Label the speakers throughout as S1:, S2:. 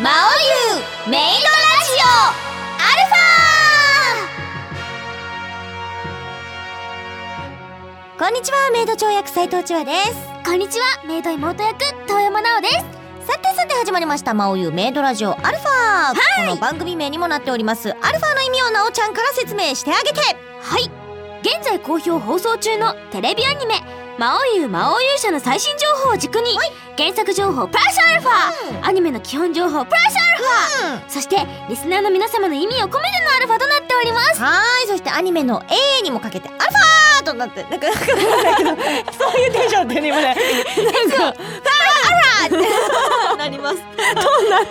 S1: 魔王流メイドラジオアルファこんにちはメイド長役斉藤千和です
S2: こんにちはメイド妹役遠山奈緒です
S1: さてさて始まりました魔王流メイドラジオアルファ、はい、この番組名にもなっておりますアルファの意味をなおちゃんから説明してあげて
S2: はい現在好評放送中のテレビアニメ魔王優魔王勇者の最新情報を軸に、
S1: はい
S2: 原作情報プラスアルファ、アニメの基本情報プラスアルファ、
S1: うん
S2: そしてリスナーの皆様の意味を込めてのアルファとなっております
S1: はいそしてアニメの A にもかけてアルファーとなってなんかなんかなんかそういうテンションだったよね今ねなんかアルファーってなりますとなっ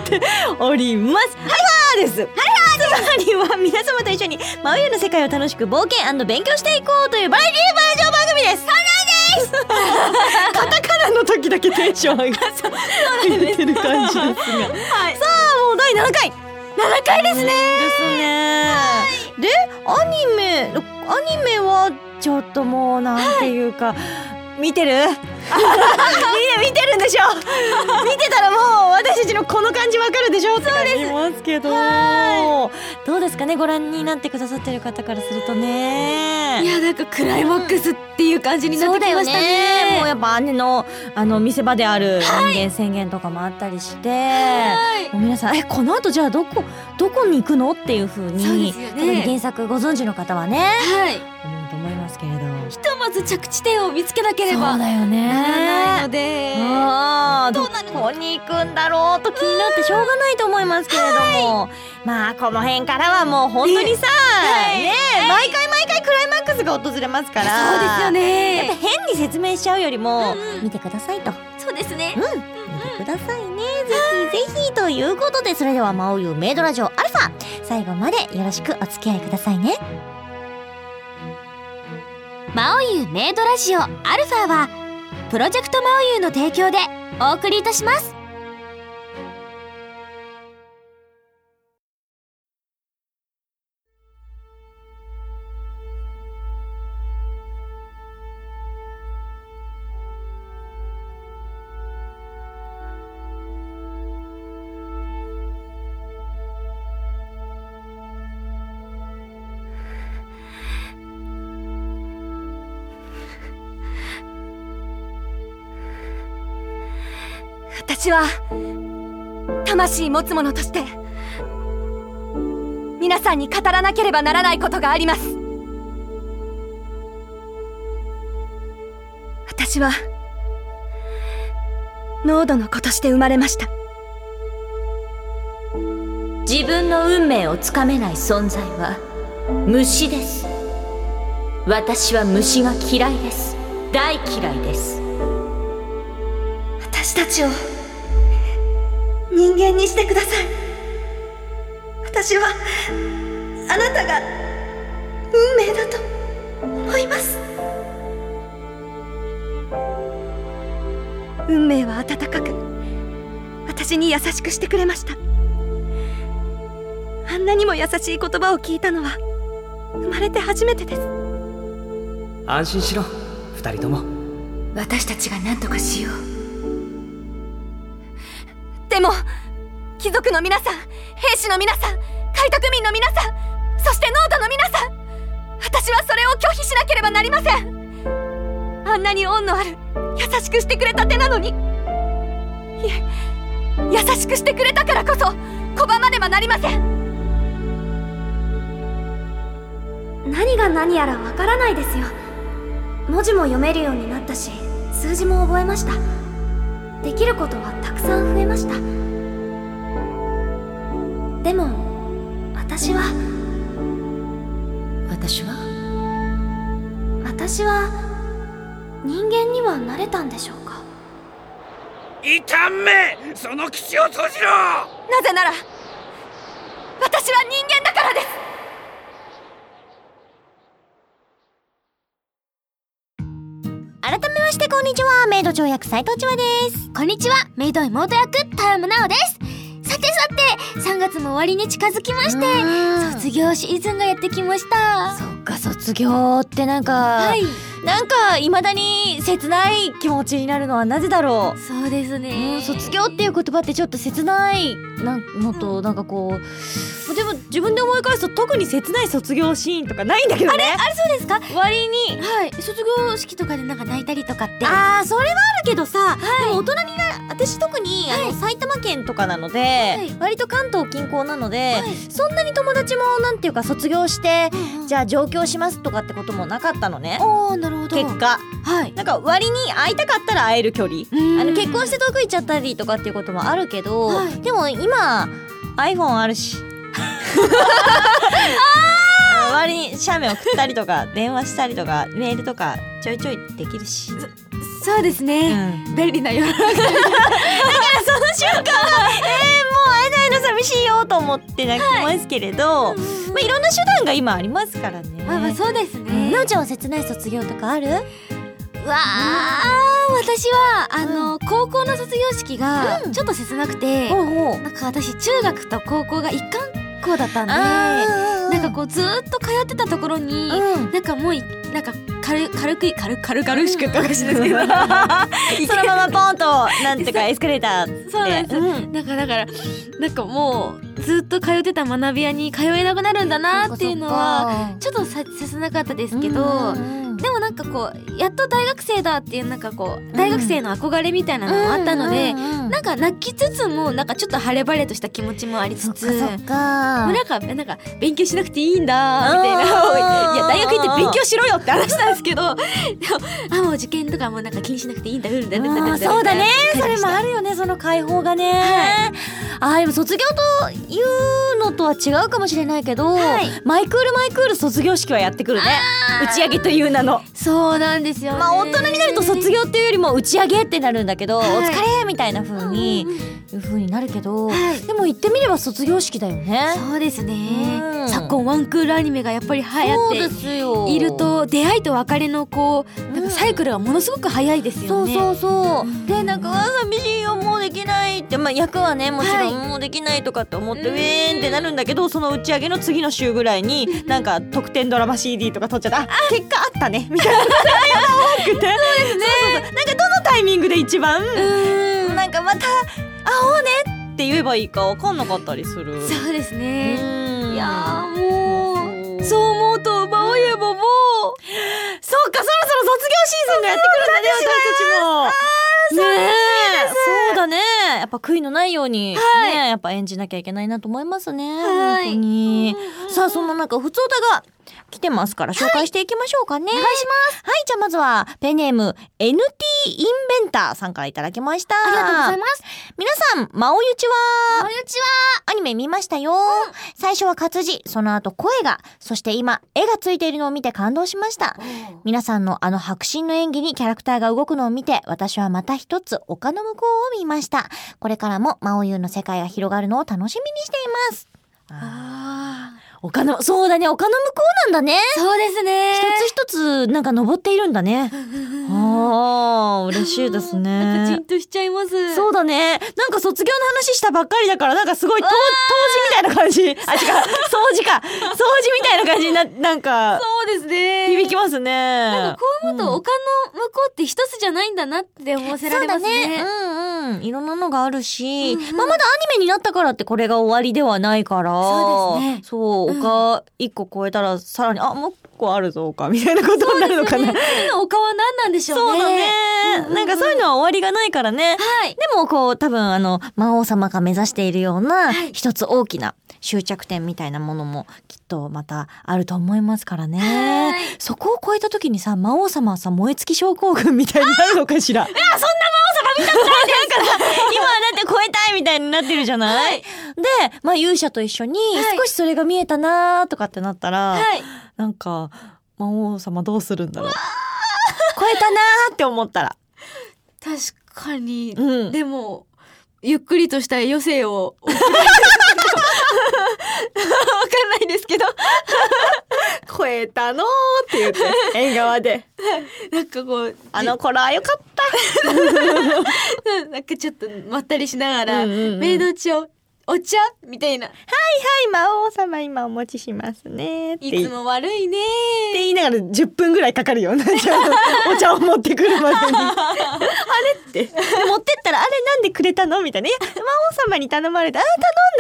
S1: ておりますアルファーですアルファーですつまりは皆様と一緒に真冬の世界を楽しく冒険勉強していこうというバラエティバージョン番組ですそうなんですカタカナの時だけテンション上がってる感じですが
S2: はい
S1: さあもう第7回
S2: 7回ですね
S1: ですね。でアニメアニメはちょっともうなんていうか、 見てるみんな見てるんでしょ見てたらもう私たちのこの感じわかるでしょって感じますけどどうですかねご覧になってくださってる方からするとね
S2: いやなんかクライマックスっていう感じにな
S1: そ
S2: っ
S1: う
S2: て
S1: だ
S2: き
S1: よ
S2: ましたね
S1: ねもうやっぱ姉のあの見せ場である人間宣言とかもあったりして、
S2: はい
S1: もう皆さんえこの後じゃあどこどこに行くのっていう風
S2: そうで
S1: に、
S2: すよね
S1: 特に原作ご存知の方はね
S2: はいひ
S1: 思うと思いますけれど
S2: とまず着地点を見つけなければ
S1: そう
S2: な
S1: だよ
S2: らない
S1: ね
S2: ので
S1: あー
S2: ど
S1: ど
S2: うなるの
S1: こに行くんだろうと気になってしょうがないと思いますけれども、まあこの辺からはもう本当にさ、
S2: はい
S1: ね毎回毎回クライマックスが訪れますから
S2: そうですよ
S1: やっぱ
S2: ね
S1: 変に説明しちゃうよりも、
S2: うんうん
S1: 見てくださいと
S2: そうですね
S1: うん見てくださいねぜひぜひということでそれでは「魔王ゆうメイドラジオアルファ」最後までよろしくお付き合いくださいね
S2: 魔王優メイドラジオアルファはプロジェクト魔王優の提供でお送りいたします私は魂持つ者として皆さんに語らなければならないことがあります私は濃度の子として生まれました
S3: 自分の運命をつかめない存在は虫です私は虫が嫌いです大嫌いです
S4: 私たちを人間にしてください私はあなたが運命だと思います
S2: 運命は温かく私に優しくしてくれましたあんなにも優しい言葉を聞いたのは生まれて初めてです
S5: 安心しろ二人とも
S4: 私たちが何とかしよう
S2: でも貴族の皆さん兵士の皆さん開拓民の皆さんそして農家の皆さん私はそれを拒否しなければなりませんあんなに恩のある優しくしてくれた手なのにいえ優しくしてくれたからこそ拒まねばなりません
S4: 何が何やらわからないですよ文字も読めるようになったし数字も覚えましたできることはたくさん増えましたでも私は
S3: 私は
S4: 私は人間にはなれたんでしょうか
S6: 痛めその口を閉じろ
S2: なぜなら私は人間だからです
S1: 改めましてこんにちはメイド長役斉藤千和です
S2: こんにちはメイド妹役田山奈緒ですさてさて3月も終わりに近づきまして
S1: うん
S2: 卒業シーズンがやってきました
S1: そっか卒業ってなんか、
S2: はい
S1: なんか未だに切ない気持ちになるのはなぜだろう
S6: そうです
S1: うん
S6: ね
S1: 卒業っていう言葉ってちょっと切ないなのとなんかこうでも自分で思い返すと特に切ない卒業シーンとかないんだけどねあれあれそうですか割に
S6: はい卒業式とかでなんか泣いたりとかって
S1: あーそれはあるけどさ、でも大人にな私特に、あの埼玉県とかなので、
S6: い
S1: 割と関東近郊なので、
S6: い
S1: そんなに友達もなんていうか卒業して、じゃあ上京しますとかってこともなかったのね
S6: おーなるほど
S1: 結果
S6: はい
S1: なんか割に会いたかったら会える距離あ
S6: あ
S1: の結婚して遠く行っちゃったりとかっていうこともあるけど、
S6: はい
S1: でも今 iPhone あるし割に写メ送ったりとか電話したりとかメールとかちょいちょいできるし、
S6: そうです
S1: う
S6: ね、
S1: ん
S6: 便利な世の中
S1: その瞬間 えー、もう会えないの寂しいよと思って泣きますけれど、まあ、いろんな手段が今ありますからね。
S6: まあまあそうですね、
S1: うんなおちゃんは切ない卒業とかある
S6: わあ、私はあの、高校の卒業式がちょっと切なくて、
S1: うほう
S6: なんか私中学と高校が一貫校だったんで
S1: あー
S6: なんかこうずーっと通ってたところに、
S1: うん
S6: なんかもういなんか軽軽くい軽軽々しくっておかしいですけど、
S1: そのままポンとなんてかエスカレーターって
S6: そうなんです、
S1: うん
S6: なんかだからなんかもうずっと通ってた学び屋に通えなくなるんだなっていうのはちょっとさ切なかったですけど、
S1: うん
S6: でもなんかこうやっと大学生だっていうなんかこう大学生の憧れみたいなのもあったので、
S1: うんうんうん
S6: なんか泣きつつもなんかちょっと晴れ晴れとした気持ちもありつつ
S1: そっかそっか
S6: なんかなんか勉強しなくていいんだみたいな いや大学行って勉強しろよって話したんですけ どでもあもう受験とかもなんか気にしなくていいんだうんだうんだうんだ
S1: あー
S6: みたいな
S1: そうだね
S6: 感
S1: そ
S6: じで
S1: れ
S6: し
S1: も
S6: た
S1: あるよねその解放がね、あーでも卒業というのとは違うかもしれないけど、マイクールマイクール卒業式はやってくるね打ち上げという名の
S6: そうなんですよね、
S1: まあ大人になると卒業っていうよりも打ち上げってなるんだけど、
S6: はい
S1: お疲れみたいな風に、
S6: うんうん
S1: いう風になるけど、
S6: はい
S1: でも言ってみれば卒業式だよね
S6: そうですね、
S1: うん
S6: 昨今ワンクールアニメがやっぱり流行って
S1: すよ
S6: いると出会いと別れのこうなんかサイクルがものすごく早いです
S1: そ
S6: よ
S1: う
S6: ね。
S1: そうそう、
S6: ん
S1: でなんか「わ寂しいよもうできない」って、まあ、役はねもちろん、もうできないとかって思ってウェーンってなるんだけどその打ち上げの次の週ぐらいになんか特典ドラマ CD とか撮っちゃったあ結果あったねみたいな多く てそうですねなんかどのタイミングで一番なんかまた会おうねって言えばいいか分かんなかったりする。
S6: そうです
S1: う
S6: ね。
S1: ん
S6: いやーもうそう思うと馬を言えば
S1: そ
S6: もう
S1: うかそろそろ卒業シーズンがやってくるんだね私たちも。ねえそうだねやっぱ悔いのないように、ねやっぱ演じなきゃいけないなと思いますね、
S6: はい
S1: 本当にさあそんな中ふつおたが来てますから紹介していきましょうかね、お願いしますはいじゃあまずはペンネーム NT インベンターさんからいただきましたありがとうございます皆さんまおゆちはまおゆちはアニメ見ましたよ、最初は活字その後声がそして今絵がついているのを見て感動しました皆さんのあの迫真の演技にキャラクターが動くのを見て、私はまた一つ丘の向こうを見ました。これからも魔王優の世界が広がるのを楽しみにしています。丘の、そうだね、丘の向こうなんだね。
S6: そうですね。
S1: 一つ一つなんか登っているんだね。ああ、嬉しいです
S6: なんか
S1: ね
S6: じん。としちゃいます。
S1: そうだね。なんか卒業の話したばっかりだから、なんかすごい、とう当時みたいな感じ。あ、違う。掃除 か。掃除みたいな感じにな、なんか、
S6: そうですね。
S1: 響きますね。
S6: なんかこう思うと丘の向こうって一つじゃないんだなって思わせられますね。
S1: そうだね。うんうん。いろんなのがあるし、まあまだアニメになったからってこれが終わりではないから、
S6: そうですね
S1: そう丘一個超えたらさらに、あ、もう一個あるぞ、丘みたいなことになるのかな。そう,、
S6: 次の丘は何なんでしょうね。
S1: だね、なんかそういうのは終わりがないからね。
S6: はい。
S1: でもこう多分あの魔王様が目指しているような一つ大きな終着点みたいなものもきっとまたあると思いますからね
S6: はい。
S1: そこを超えた時にさ魔王様はさ燃え尽き症候群みたいになるのかし ら。いやそんな魔王様見たことないです 今はだって超えたいみたいになってるじゃない、でまあ勇者と一緒に
S6: はい
S1: 少しそれが見えたなーとかって なったら、
S6: はい。
S1: なんか魔王様どうするんだろう。超えたなーって思ったら。
S6: 確かに。
S1: うん
S6: でも、ゆっくりとした余生を。わか んないですけど。
S1: 超えたのーって言って縁側で。
S6: なんかこう、
S1: あ の頃は良かった。
S6: なんかちょっとまったりしながら、
S1: うんうんうん
S6: メイド打ちをお茶みたいな。
S1: い魔王様今お持ちしますねって
S6: い
S1: 言
S6: つ
S1: って
S6: も悪いね。
S1: 言いながら10分ぐらいかかるよなんかお茶を持ってくるまでにあれってで持ってったらあれなんでくれたのみたいないや魔王様に頼まれたあ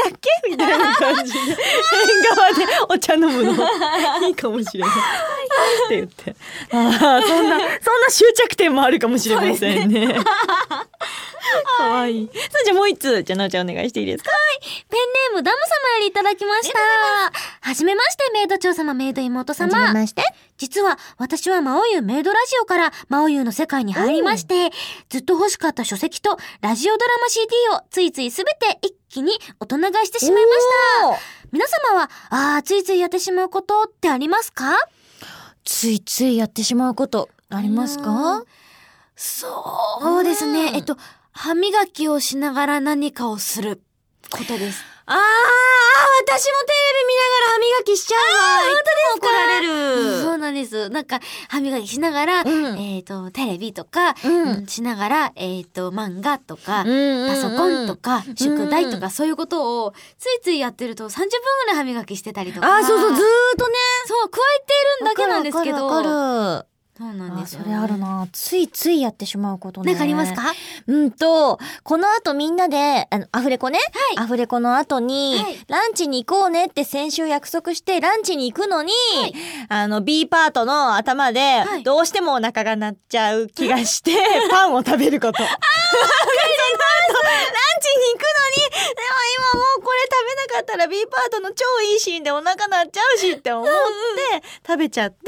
S1: 頼んだっけみたいな感じで縁側でお茶飲 むのいいかもしれないって言ってああそんなそんな執着点もあるかもしれません ねかわいいさあじゃあもう一つじゃあなおちゃんお願いしていいですか
S2: ペンネームダム様よりいただきました。はじめまして、メイド長様、メイド妹様。
S1: はじめまして
S2: 実は、私は魔王優メイドラジオから魔王優の世界に入りまして、ずっと欲しかった書籍とラジオドラマ CD をついついすべて一気に大人買いしてしまいました。皆様は、ああ、ついついやってしまうことってありますか
S1: ついついやってしまうことありますか
S2: そうですね。えっと、歯磨きをしながら何かをすることです。
S6: ああ、私もテレビ見ながら歯磨きしちゃうわ。あ本当です
S2: そ
S6: か怒られる。
S2: うなんです。なんか、歯磨きしながら、
S1: うん
S2: えっ、と、テレビとか、
S1: うん
S2: うんしながら、えっ、と、漫画とか、パ
S1: パ
S2: ソコンとか、宿題と
S1: うん
S2: か、そういうことを、ついついやってると、30分ぐらい歯磨きしてたりとか。
S1: あーそうそうずーっとね
S2: そう、加えてるだけなんですけど。
S1: わかるわかる
S2: そうなん
S1: あ
S2: で
S1: ー
S2: す
S1: そ
S2: よ、
S1: れある。なついついやってしまうことね
S2: なんかありますか
S1: うんとこの後みんなであのアフレコね、
S2: は
S1: アフレコの後に、
S2: はい
S1: ランチに行こうねって先週約束してランチに行くのに、あの B パートの頭で、
S2: い
S1: どうしてもお腹が鳴っちゃう気がして パンを食べること。ランチに行くのに、でも今もうこれ食べなかったら B パートの超いいシーンでお腹鳴っちゃうしって思って食べちゃって、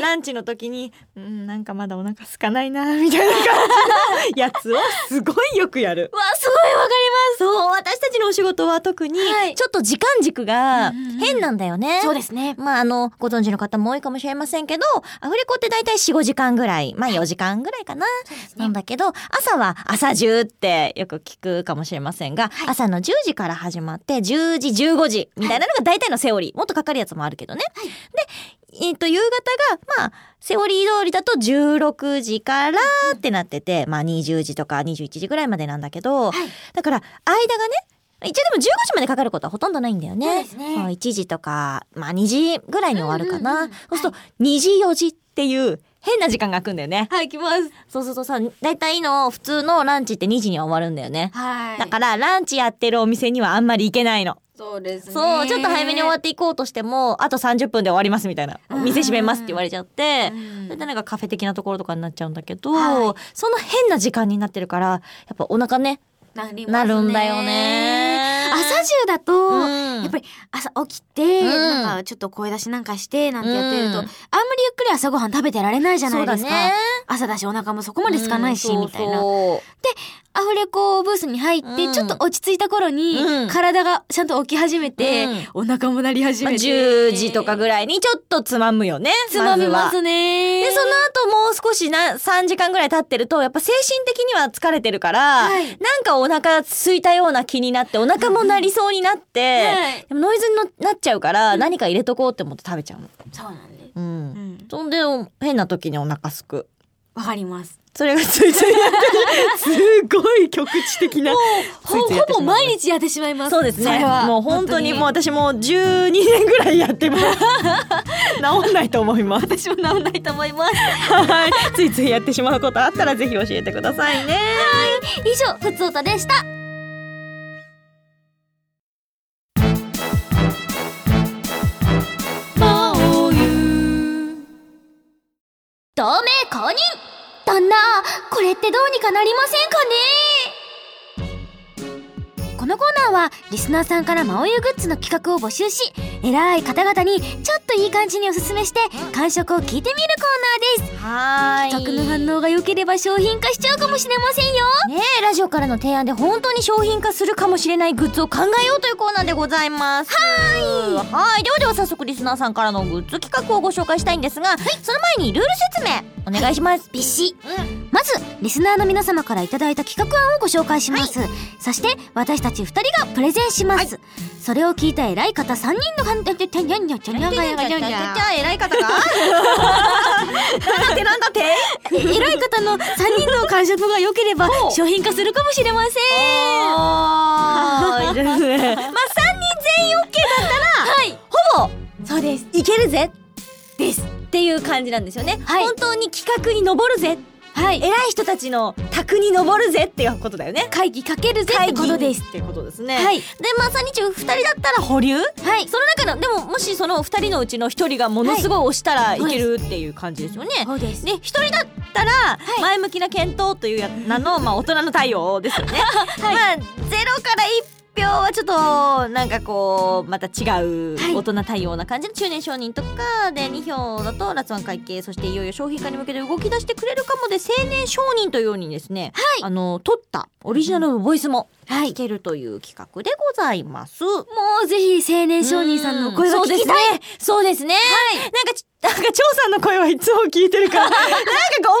S1: ランチの時に、うん、なんかまだお腹空かないな、みたいな感じのやつをすごいよくやる。
S2: わ、すごいわか
S1: そう、私たちのお仕事は特に
S2: はい、
S1: ちょっと時間軸が
S2: うんうんうん
S1: 変なんだよね。
S2: りそうですね。
S1: まあ、あの、ご存知の方も多いかもしれませんけど、アフレコって大体4、5時間ぐらい、まあ4時間ぐらいかな。なんだけど、朝は朝10ってよく聞くかもしれませんが、朝の10時から始まって、10時、15時みたいなのが大体のセオリー。もっとかかるやつもあるけどね。で、えっ、と、夕方が、まあ、セオリー通りだと16時からってなってて、まあ20時とか21時ぐらいまでなんだけど、だから、間がね、一応でも15時までかかることはほとんどないんだよね。
S2: そうですね
S1: そう1時とか、まあ2時ぐらいに終わるかな。
S2: うんうんうん
S1: そうすると、2時4時っていう変な時間が空くんだよね。
S6: はい、行きます。
S1: そうするとさ、大体の普通のランチって2時には終わるんだよね。
S6: はい。
S1: だから、ランチやってるお店にはあんまり行けないの。
S6: そうですね。
S1: そう、ちょっと早めに終わっていこうとしても、あと30分で終わりますみたいな。お店閉めますって言われちゃって
S6: う、ん
S1: それでなんかカフェ的なところとかになっちゃうんだけど、
S6: はい
S1: その変な時間になってるから、やっぱお腹ね、
S6: なりますね
S1: なるんだよ。ね。
S2: 朝中だと、
S1: うん
S2: やっぱり朝起きて、
S1: ん
S2: なんかちょっと声出しなんかしてなんてやってると、
S1: うん
S2: あんまりゆっくり朝ごはん食べてられないじゃないですか。
S1: そうだね
S2: 朝だしお腹もそこまで空かないし、
S1: うん
S2: みたいな。
S1: そう
S2: アフレコブースに入って、
S1: うん
S2: ちょっと落ち着いた頃に、
S1: うん
S2: 体がちゃんと起き始めて、お腹も鳴り始
S1: そうまあ、
S2: めて。
S1: 10時とかぐらいにちょっとつまむよね。
S2: つまみます
S1: ずは
S2: ね。
S1: で、その後もう少しな、3時間ぐらい経ってると、やっぱ精神的には疲れてるから、
S2: はい
S1: なんかお腹空いたような気になって、お腹も鳴りそうになって、
S2: はい
S1: でもノイズになっちゃうから、何か入れとこうって思って食べちゃうの。
S2: そうなんです。
S1: うん。
S2: うん。
S1: そんで、変な時にお腹すく。
S2: わかります。
S1: それがついついやって る。すごい局地的な。
S2: ほ
S1: ついついやってしまう
S2: ほぼ毎日やってしまいます。
S1: そうですね
S2: れは。
S1: もう本当にもう私もう12年ぐらいやってます。 治んないと思います。私も治んないと思います。はい。ついついやってしまうことあったらぜひ教えてくださいね。
S2: 以上、ふつおたでした。同盟公認旦那、これってどうにかなりませんかねこのコーナーはリスナーさんから魔王湯グッズの企画を募集し偉い方々にちょっといい感じにおすすめして感触を聞いてみるコーナーです
S1: は
S2: 企画の反応が良ければ商品化しちゃうかもしれませんよ
S1: ねえラジオからの提案で本当に商品化するかもしれないグッズを考えようというコーナーでございますはいはいではでは早速リスナーさんからのグッズ企画をご紹介したいんですが、その前にルール説明お願いします
S2: ビシ
S1: う
S2: まずずリスナーの皆様からいただいた企画案をご紹介します、そして私たち2人がプレゼンします、それを聞いた偉い方3人の反対てんにゃんにゃんにゃんにゃんにゃんにゃんにゃんにゃん
S1: ゃあ偉い方がなんだってなんだって
S2: 偉い方の3人の感触が良ければ
S1: おう
S2: 商品化するかもしれません
S1: あーいい ですねまあ3人全員 OK だったら、ほぼそうですいけるぜですっていう感じなんですよね、
S2: はい
S1: 本当に企画に登るぜ
S2: はい
S1: 偉い人たちの卓に登るぜっていうことだよ ね
S2: 会議かけるぜってことです
S1: ってことですね
S2: はい
S1: でまあ3人中2人だったら保留
S2: はい
S1: その中のでももしその2人のうちの1人がものすごい押したらいけるっていう感じですよね、
S2: そうです
S1: で一人だったら前向きな検討というや名の、まあ、大人の対応です よね。まあゼロから1票はちょっとなんかこうまた違う
S2: はい
S1: 大人対応な感じの中年承認とかで2票だと辣腕会計そしていよいよ商品化に向けて動き出してくれるかもで青年承認というようにですね、あの撮ったオリジナルのボイスも聞けるという企画でございます。
S2: もうぜひ青年商人さんのお声が聞きたい
S1: いそうですね。はい。なんかち、なんか、張さんの声はいつも聞いてるから、なんかこう思わせぶり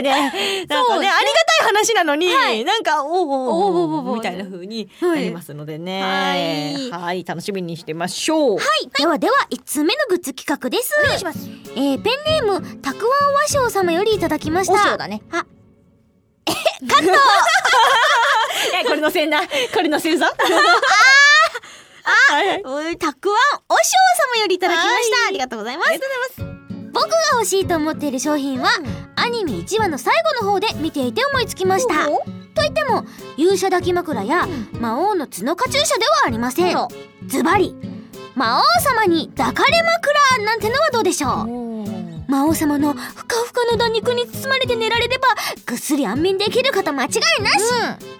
S1: なんだよね。なんかね、ありがたい話なのに、なんか、おうおうおうおうおうみたいな風になりますのでね。
S2: はい
S1: はい。楽しみにしてましょう。はい。
S2: ではでは1通目のグッズ企画ですお願いしますえー、ペンネームたくわん和尚様よりいただきました
S1: だね。
S2: あ、
S1: え、これのせいな。これのせいぞ。ああはいはい。
S2: おいたくわん和尚様よりいただきました
S1: はい
S2: ありがとうございます僕が欲しいと思っている商品は、アニメ1話の最後の方で見ていて思いつきました
S1: お
S2: といっても勇者抱き枕や、魔王の角カチューシャではありませんズバリ魔王様に抱かれ枕なんてのはどうでしょう魔王様のふかふかの打肉に包まれて寝られればぐっすり安眠できる方間違いなし、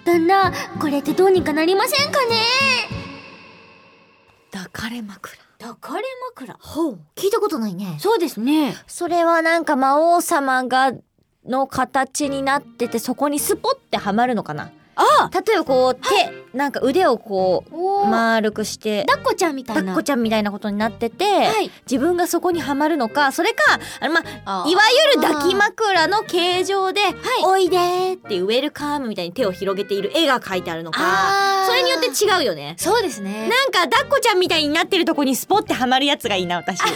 S2: 旦那これってどうにかなりませんかね
S1: 抱かれ枕。
S2: 抱かれ枕
S1: ほう。
S2: 聞いたことないねそうですね
S1: それはなんか魔王様がの形になっててそこにスポってはまるのかな
S2: あ
S1: 例えばこう手、なんか腕をこう
S2: おー
S1: 丸くして
S2: 抱っこちゃんみたい
S1: 抱
S2: な
S1: っこちゃんみたいなことになってて、
S2: はい
S1: 自分がそこにはまるのかそれかあの、まあ、いわゆる抱き枕の形状で「おいで」ってウェルカムみたいに手を広げている絵が描いてあるのか
S2: あー
S1: それによって違うよね。
S2: そうですね
S1: なんか抱っこちゃんみたいになってるとこにスポってはまるやつがいい な私な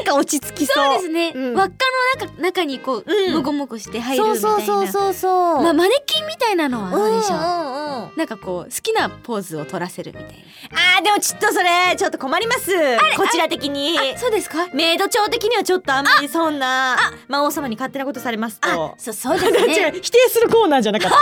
S1: んか落ち着きそう
S2: そうですね、
S1: うん
S2: 輪っかの中中にこう、
S1: うん
S2: もこもこして入るみ
S1: そう
S2: たいな
S1: そうそうそうそう。
S2: まあ、マネキンみたいなのはどうでしょう、
S1: んうんうん
S2: なんかこう好きなポーズを取らせるみたい
S1: あーでもちょっとそれちょっと困りますこちら的に
S2: なそうですか
S1: メイド長的にはちょっとあんまりそんな魔王様に勝手なことされますと
S2: あそうそうです ね
S1: 否定するコーナーじゃなかった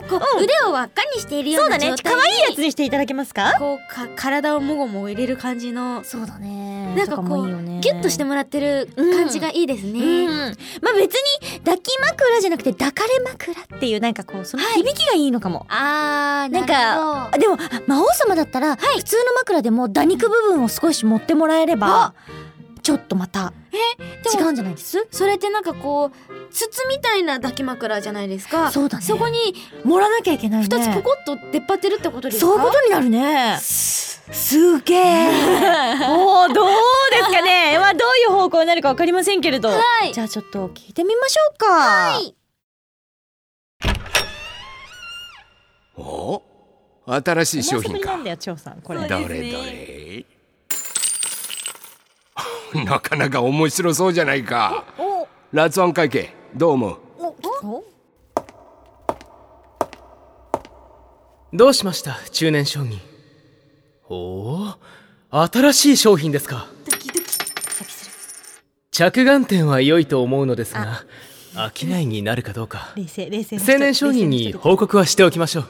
S2: あこう、腕を輪っかにしているよ
S1: そうう
S2: な
S1: だね
S2: 状
S1: 可
S2: 態に
S1: 愛いやつにしていただけますか
S2: こうか体をもごもご入れる感じの
S1: そうだね
S2: なんかこうギュッとして
S1: も
S2: もらってる感じがいいですね、
S1: うん、まあ別に抱き枕じゃなくて抱かれ枕っていうなんかこうその響きがいいのかも、
S2: あー
S1: な
S2: なる
S1: ん
S2: ほ
S1: かでもあ魔王様だったら、普通の枕でも打肉部分を少し持ってもらえればちょっとまた
S2: で
S1: 違
S2: も
S1: うんじゃないです
S2: どそれってなんかこう筒みたいな抱き枕じゃないですか
S1: そうだね
S2: そこに
S1: 盛らなきゃいけないね
S2: 二つポコッと出っ張ってるってことですか
S1: そういうことになるねすげえもうどうですか ねまあどういう方向になるかわかりませんけれど、
S2: はい
S1: じゃあちょっと聞いてみましょうか
S2: い
S7: お新しい商品
S1: お祭りな
S7: か
S1: んだよ張さんこれ
S7: どれどれ なかなか面白そうじゃないか
S1: お
S7: ラツアン会計どう思う
S1: お
S5: どうしました中年商人おお新しい商品ですか着眼点は良いと思うのですが商いになるかどうか
S1: 冷静冷静な人
S5: 青年商人
S1: 冷
S5: に
S1: 静な人
S5: 報告はしておきましょう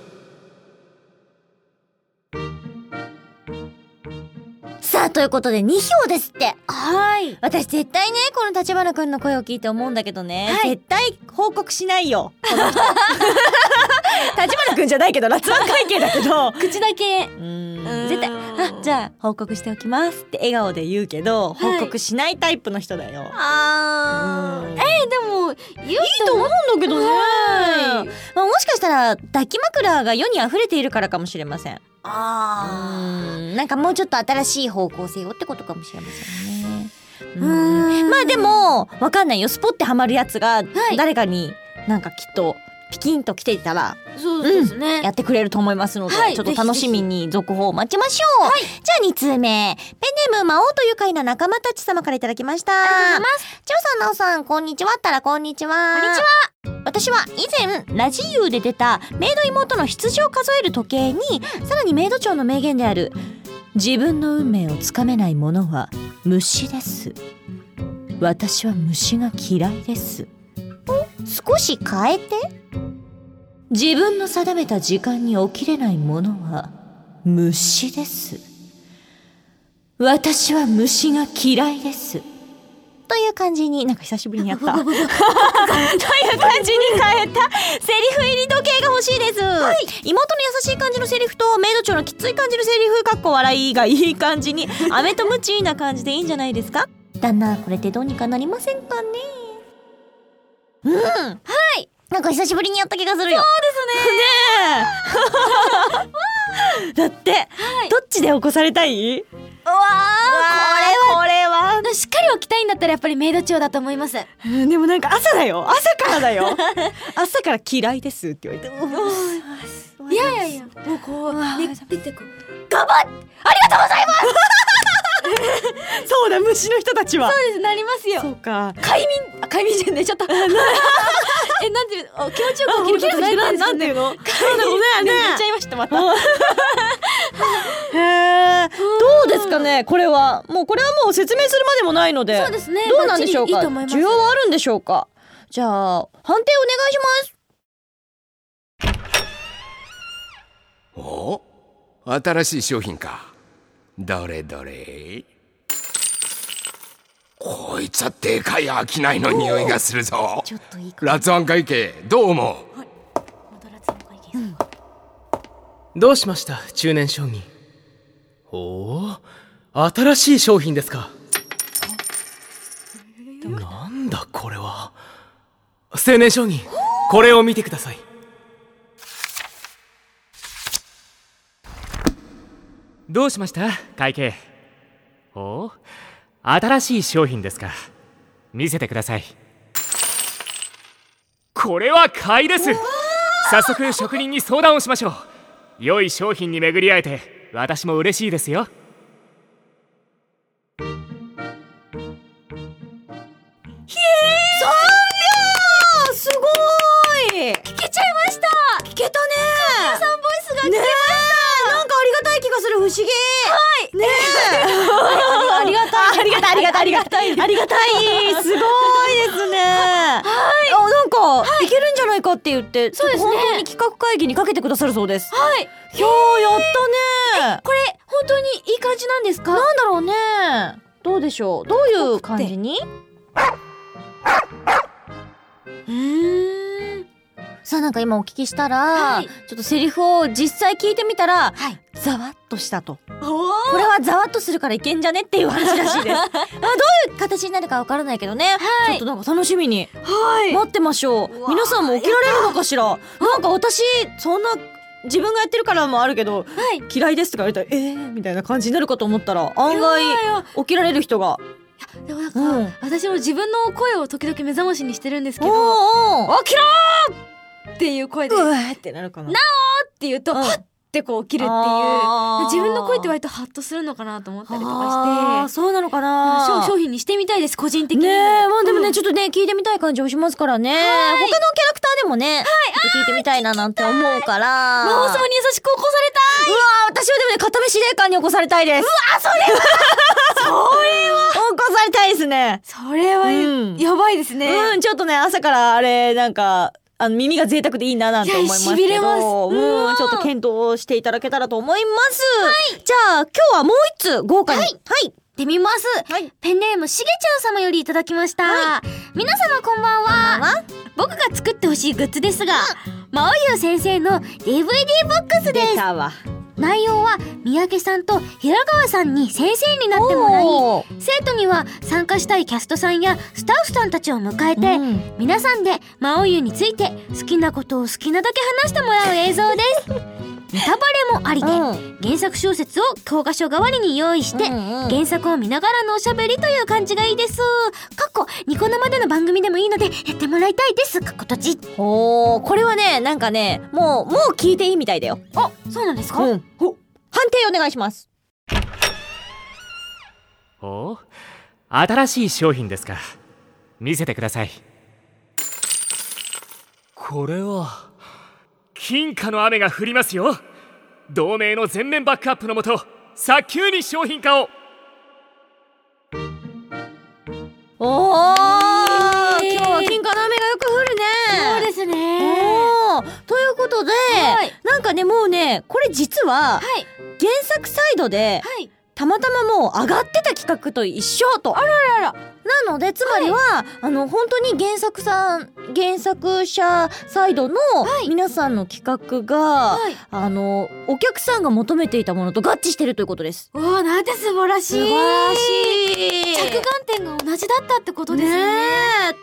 S6: さあということで2票ですって
S2: はい
S1: 私絶対ねこの立花君の声を聞いて思うんだけどね、絶対報告しない よこの人立花君じゃないけどラツワン会計だけ ど
S2: 口だけ
S1: うん絶対あじゃあ報告しておきますって笑顔で言うけど報告しないタイプの人だよ、
S2: あ
S1: うん
S2: えーでもいいと思う
S1: なんだけどね、
S2: はい
S1: まあ、もしかしたら抱き枕が世に溢れているからかもしれません
S6: あ
S1: うんなんかもうちょっと新しい方向性をってことかもしれませんねうんまあでもわかんないよスポってハマるやつが誰かになんかきっとピキンと来ていたら
S2: そうですね。
S1: やってくれると思いますので、
S2: はい
S1: ちょっと楽しみに続報を待ちましょう、じゃあ2通目ペンネーム魔王という会の仲間たち様からいただきましたありがとうございますチョウさんなおさんこんにちはったらこんにちはこんにちは私は以前ラジユーで出たメイド妹の羊を数える時計にさらにメイド長の名言である自分の運命をつかめないものは虫です私は虫が嫌いですを少し変えて自分の定めた時間に起きれないものは虫です私は虫が嫌いですという感じになんか久しぶりにやった という感じに変えたセリフ入り時計が欲しいです、妹の優しい感じのセリフとメイド長のきつい感じのセリフかっこ笑いがいい感じに飴とムチな感じでいいんじゃないですか旦那これってどうにかなりませんかねうんはいなんか久しぶりにやった気がするよそうですねねえだって、どっちで起こされたいう
S6: わー
S1: これは
S2: しっかり起きたいんだったらやっぱりメイド長だと思います。
S1: うんでもなんか朝だよ朝からだよ 朝から嫌いですって言われて
S2: いやいやいや、もうこう、ね、出てこう。
S1: そうだ虫の人たちは
S2: そうです、なりますよ。
S1: そうか
S2: 快眠、あ快眠じゃ寝ちゃ った。え、なんていうの、あ気持ちよく起きることないんですか ね。
S1: ていうのそうだね
S2: 寝ちゃいました、また。は
S1: へえどうですかねこれはもうこれはもう説明するまでもないので
S2: そうですね
S1: どうなんでしょうか
S2: バッチリいいと思います
S1: 需要はあるんでしょうかじゃあ判定お願いします
S7: お新しい商品かどれどれこいつはでかい商いの匂いがするぞ
S2: ちょっといいか。
S7: ラツアン会計どう思う
S2: またラツの会議うん
S5: どうしました中年将棋ほう新しい商品ですかなんだこれは青年将棋これを見てください
S8: どうしました会計おお新しい商品ですか見せてくださいこれは買いです早速職人に相談をしましょう良い商品に巡り会えて私も嬉しいですよ
S1: あすごーい聞けちゃいました聞けたねさんボイスが聞けました、ねえ、なんかありがたい気がする不思議はいねえ ありがたいありがたいありがたいありがたいありがたいすごいですねはいあなんか、い、けるんじゃないかって言ってそうですね本当に企画会議にかけてくださるそうですはいいやーやったね
S2: これ、本当にいい感じなんですか
S1: なんだろうねどうでしょうどういう感じに
S2: うーん。
S1: さあなんか今お聞きしたら、
S2: はい
S1: ちょっとセリフを実際聞いてみたら、
S2: はい
S1: ざわっとしたと
S2: お
S1: これはざわっとするからいけんじゃねっていう話らし いですあどういう形になるかわからないけどね、ちょっとなんか楽しみに
S2: はい。
S1: 待ってましょう
S2: わー
S1: 皆さんも起きられるのかしらなんか私そんな自分がやってるからもあるけど
S2: はい。
S1: 嫌いですとか言われたらえー、みたいな感じになるかと思ったら案外起きられる人が
S2: でもなんか、
S1: うん
S2: 私も自分の声を時々目覚ましにしてるんですけど、
S1: おーおー
S2: 起きろーっていう声で、
S1: う
S2: っ
S1: わーってなるかな
S2: て言うと、
S1: うん
S2: はっってこう起きるっていう。
S1: あー
S2: 自分の声って割とハッとするのかなと思ったりと
S1: あ
S2: か
S1: ー
S2: して、
S1: そうなのかな
S2: 商商品にしてみたいです、個人的に。
S1: ねえまあでもね、
S2: うん
S1: ちょっとね聞いてみたい感じもしますからね他のキャラクターでもね、ちょっと聞いてみたいななんて思うから
S2: 魔王様
S1: うわ
S2: に優しく起こされた
S1: ー私はでもね片目司令官に起こされたいですうわ それはそれは起こされたいですね
S2: それはや,、
S1: うん
S2: ばいですね、
S1: うんちょっとね朝からあれなんかあの耳が贅沢でいいななんて思いますけど
S2: いや痺れます
S1: うんちょっと検討していただけたらと思います、じゃあ今日はもう一通豪華にはい、
S2: でみます、
S1: はい
S2: ペンネームしげちゃん様よりいただきました、皆様こんばんは僕が作ってほしいグッズですが、まおゆう先生の DVD ボックスです
S1: 出たわ
S2: 内容は三宅さんと平川さんに先生になってもらい
S1: おー
S2: 生徒には参加したいキャストさんやスタッフさんたちを迎えて、
S1: うん
S2: 皆さんで魔王湯について好きなことを好きなだけ話してもらう映像ですネタバレもありで、
S1: うん
S2: 原作小説を教科書代わりに用意して、
S1: うんうん
S2: 原作を見ながらのおしゃべりという感じがいいですかっこニコ生での番組でもいいのでやってもらいたいですかっことち
S1: おーこれはねなんかねもうもう聞いていいみたいだよ
S2: あそうなんですか、
S1: うんほ判定お願いします
S8: お新しい商品ですか見せてくださいこれは金貨の雨が降りますよ同盟の全面バックアップのもと早急に商品化を
S1: おお、今日は金貨の雨がよく降
S2: そ
S1: るね
S2: うですね
S1: おーということで、
S2: い
S1: なんかねもうねこれ実
S2: は
S1: は
S2: い
S1: 原作サイドで
S2: はい
S1: たまたまもう上がってた企画と一緒とあらららなのでつまりは、あの本当に原作さん原作者サイドの皆さんの企画が、
S2: はい
S1: あのお客さんが求めていたものと合致してるということです。
S2: おーなんて素晴らしい
S1: し
S2: 着眼点が同じだったってことですね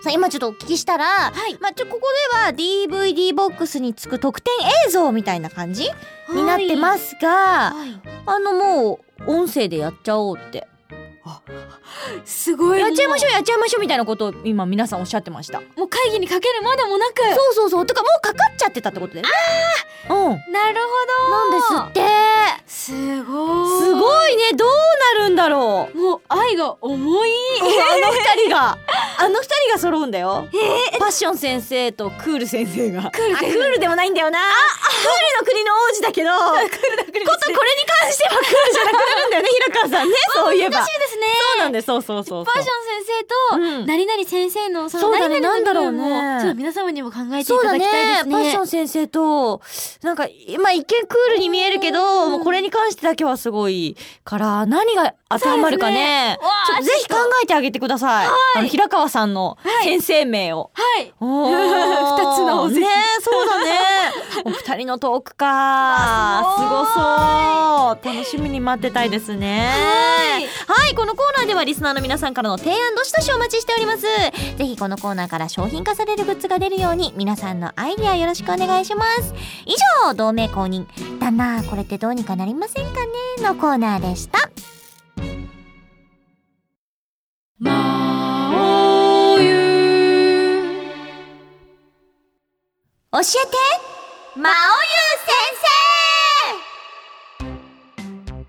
S1: さあ今ちょっとお聞きしたら、まあ、ちょここでは DVD ボックスにつく特典映像みたいな感じになって
S2: す、
S1: ますが、
S2: はい
S1: あのもう音声でやっちゃおうって
S2: すごい
S1: やっちゃいま
S2: し
S1: しょうやっちゃいましょうみたいなことを今皆さんおっしゃってました
S2: ょうもう会議にかけるまでもなく
S1: そうそうそうてかもうかかっちゃってたってことだよねあうん
S2: なるほど
S1: なんですって
S2: すすごい
S1: すごいねどうなるんだろう
S2: もう愛が重い
S1: あの二人があの二人が揃うんだよ、パッション先生とクール先生が
S2: クール
S1: あ
S2: 先生
S1: クールでもないんだよなクールの国の王子 だけどことこれに関してはクールじゃなくなるんだよね平川さんねそういえば
S2: 難しいですね
S1: そうなんですそうそうそうそう
S2: パッション先生と、
S1: うん
S2: 何々先生のその
S1: そうだね
S2: 何々の部分も
S1: なんだろうね
S2: ちょっと皆様にも考えてい
S1: そう
S2: た
S1: だ
S2: だきたいです
S1: ね
S2: ね
S1: パッション先生となんか今一見クールに見えるけどもうこれに関してだけはすごいから何が当てはまるかね
S2: そうですね
S1: ちょっとぜひ考えてあげてください、あの平川さんの先生 名を、
S2: はい
S1: おー
S2: 二つのをぜひ
S1: ねそうだ ねお二人のトークかすごそう楽しみに待ってたいですねはいこのコーナーではリスナーの皆さんからの提案どしどしお待ちしておりますぜひこのコーナーから商品化されるグッズが出るように皆さんのアイデアよろしくお願いします以上同盟公認だなこれってどうにかなりませんかねのコーナーでした教えて魔王優先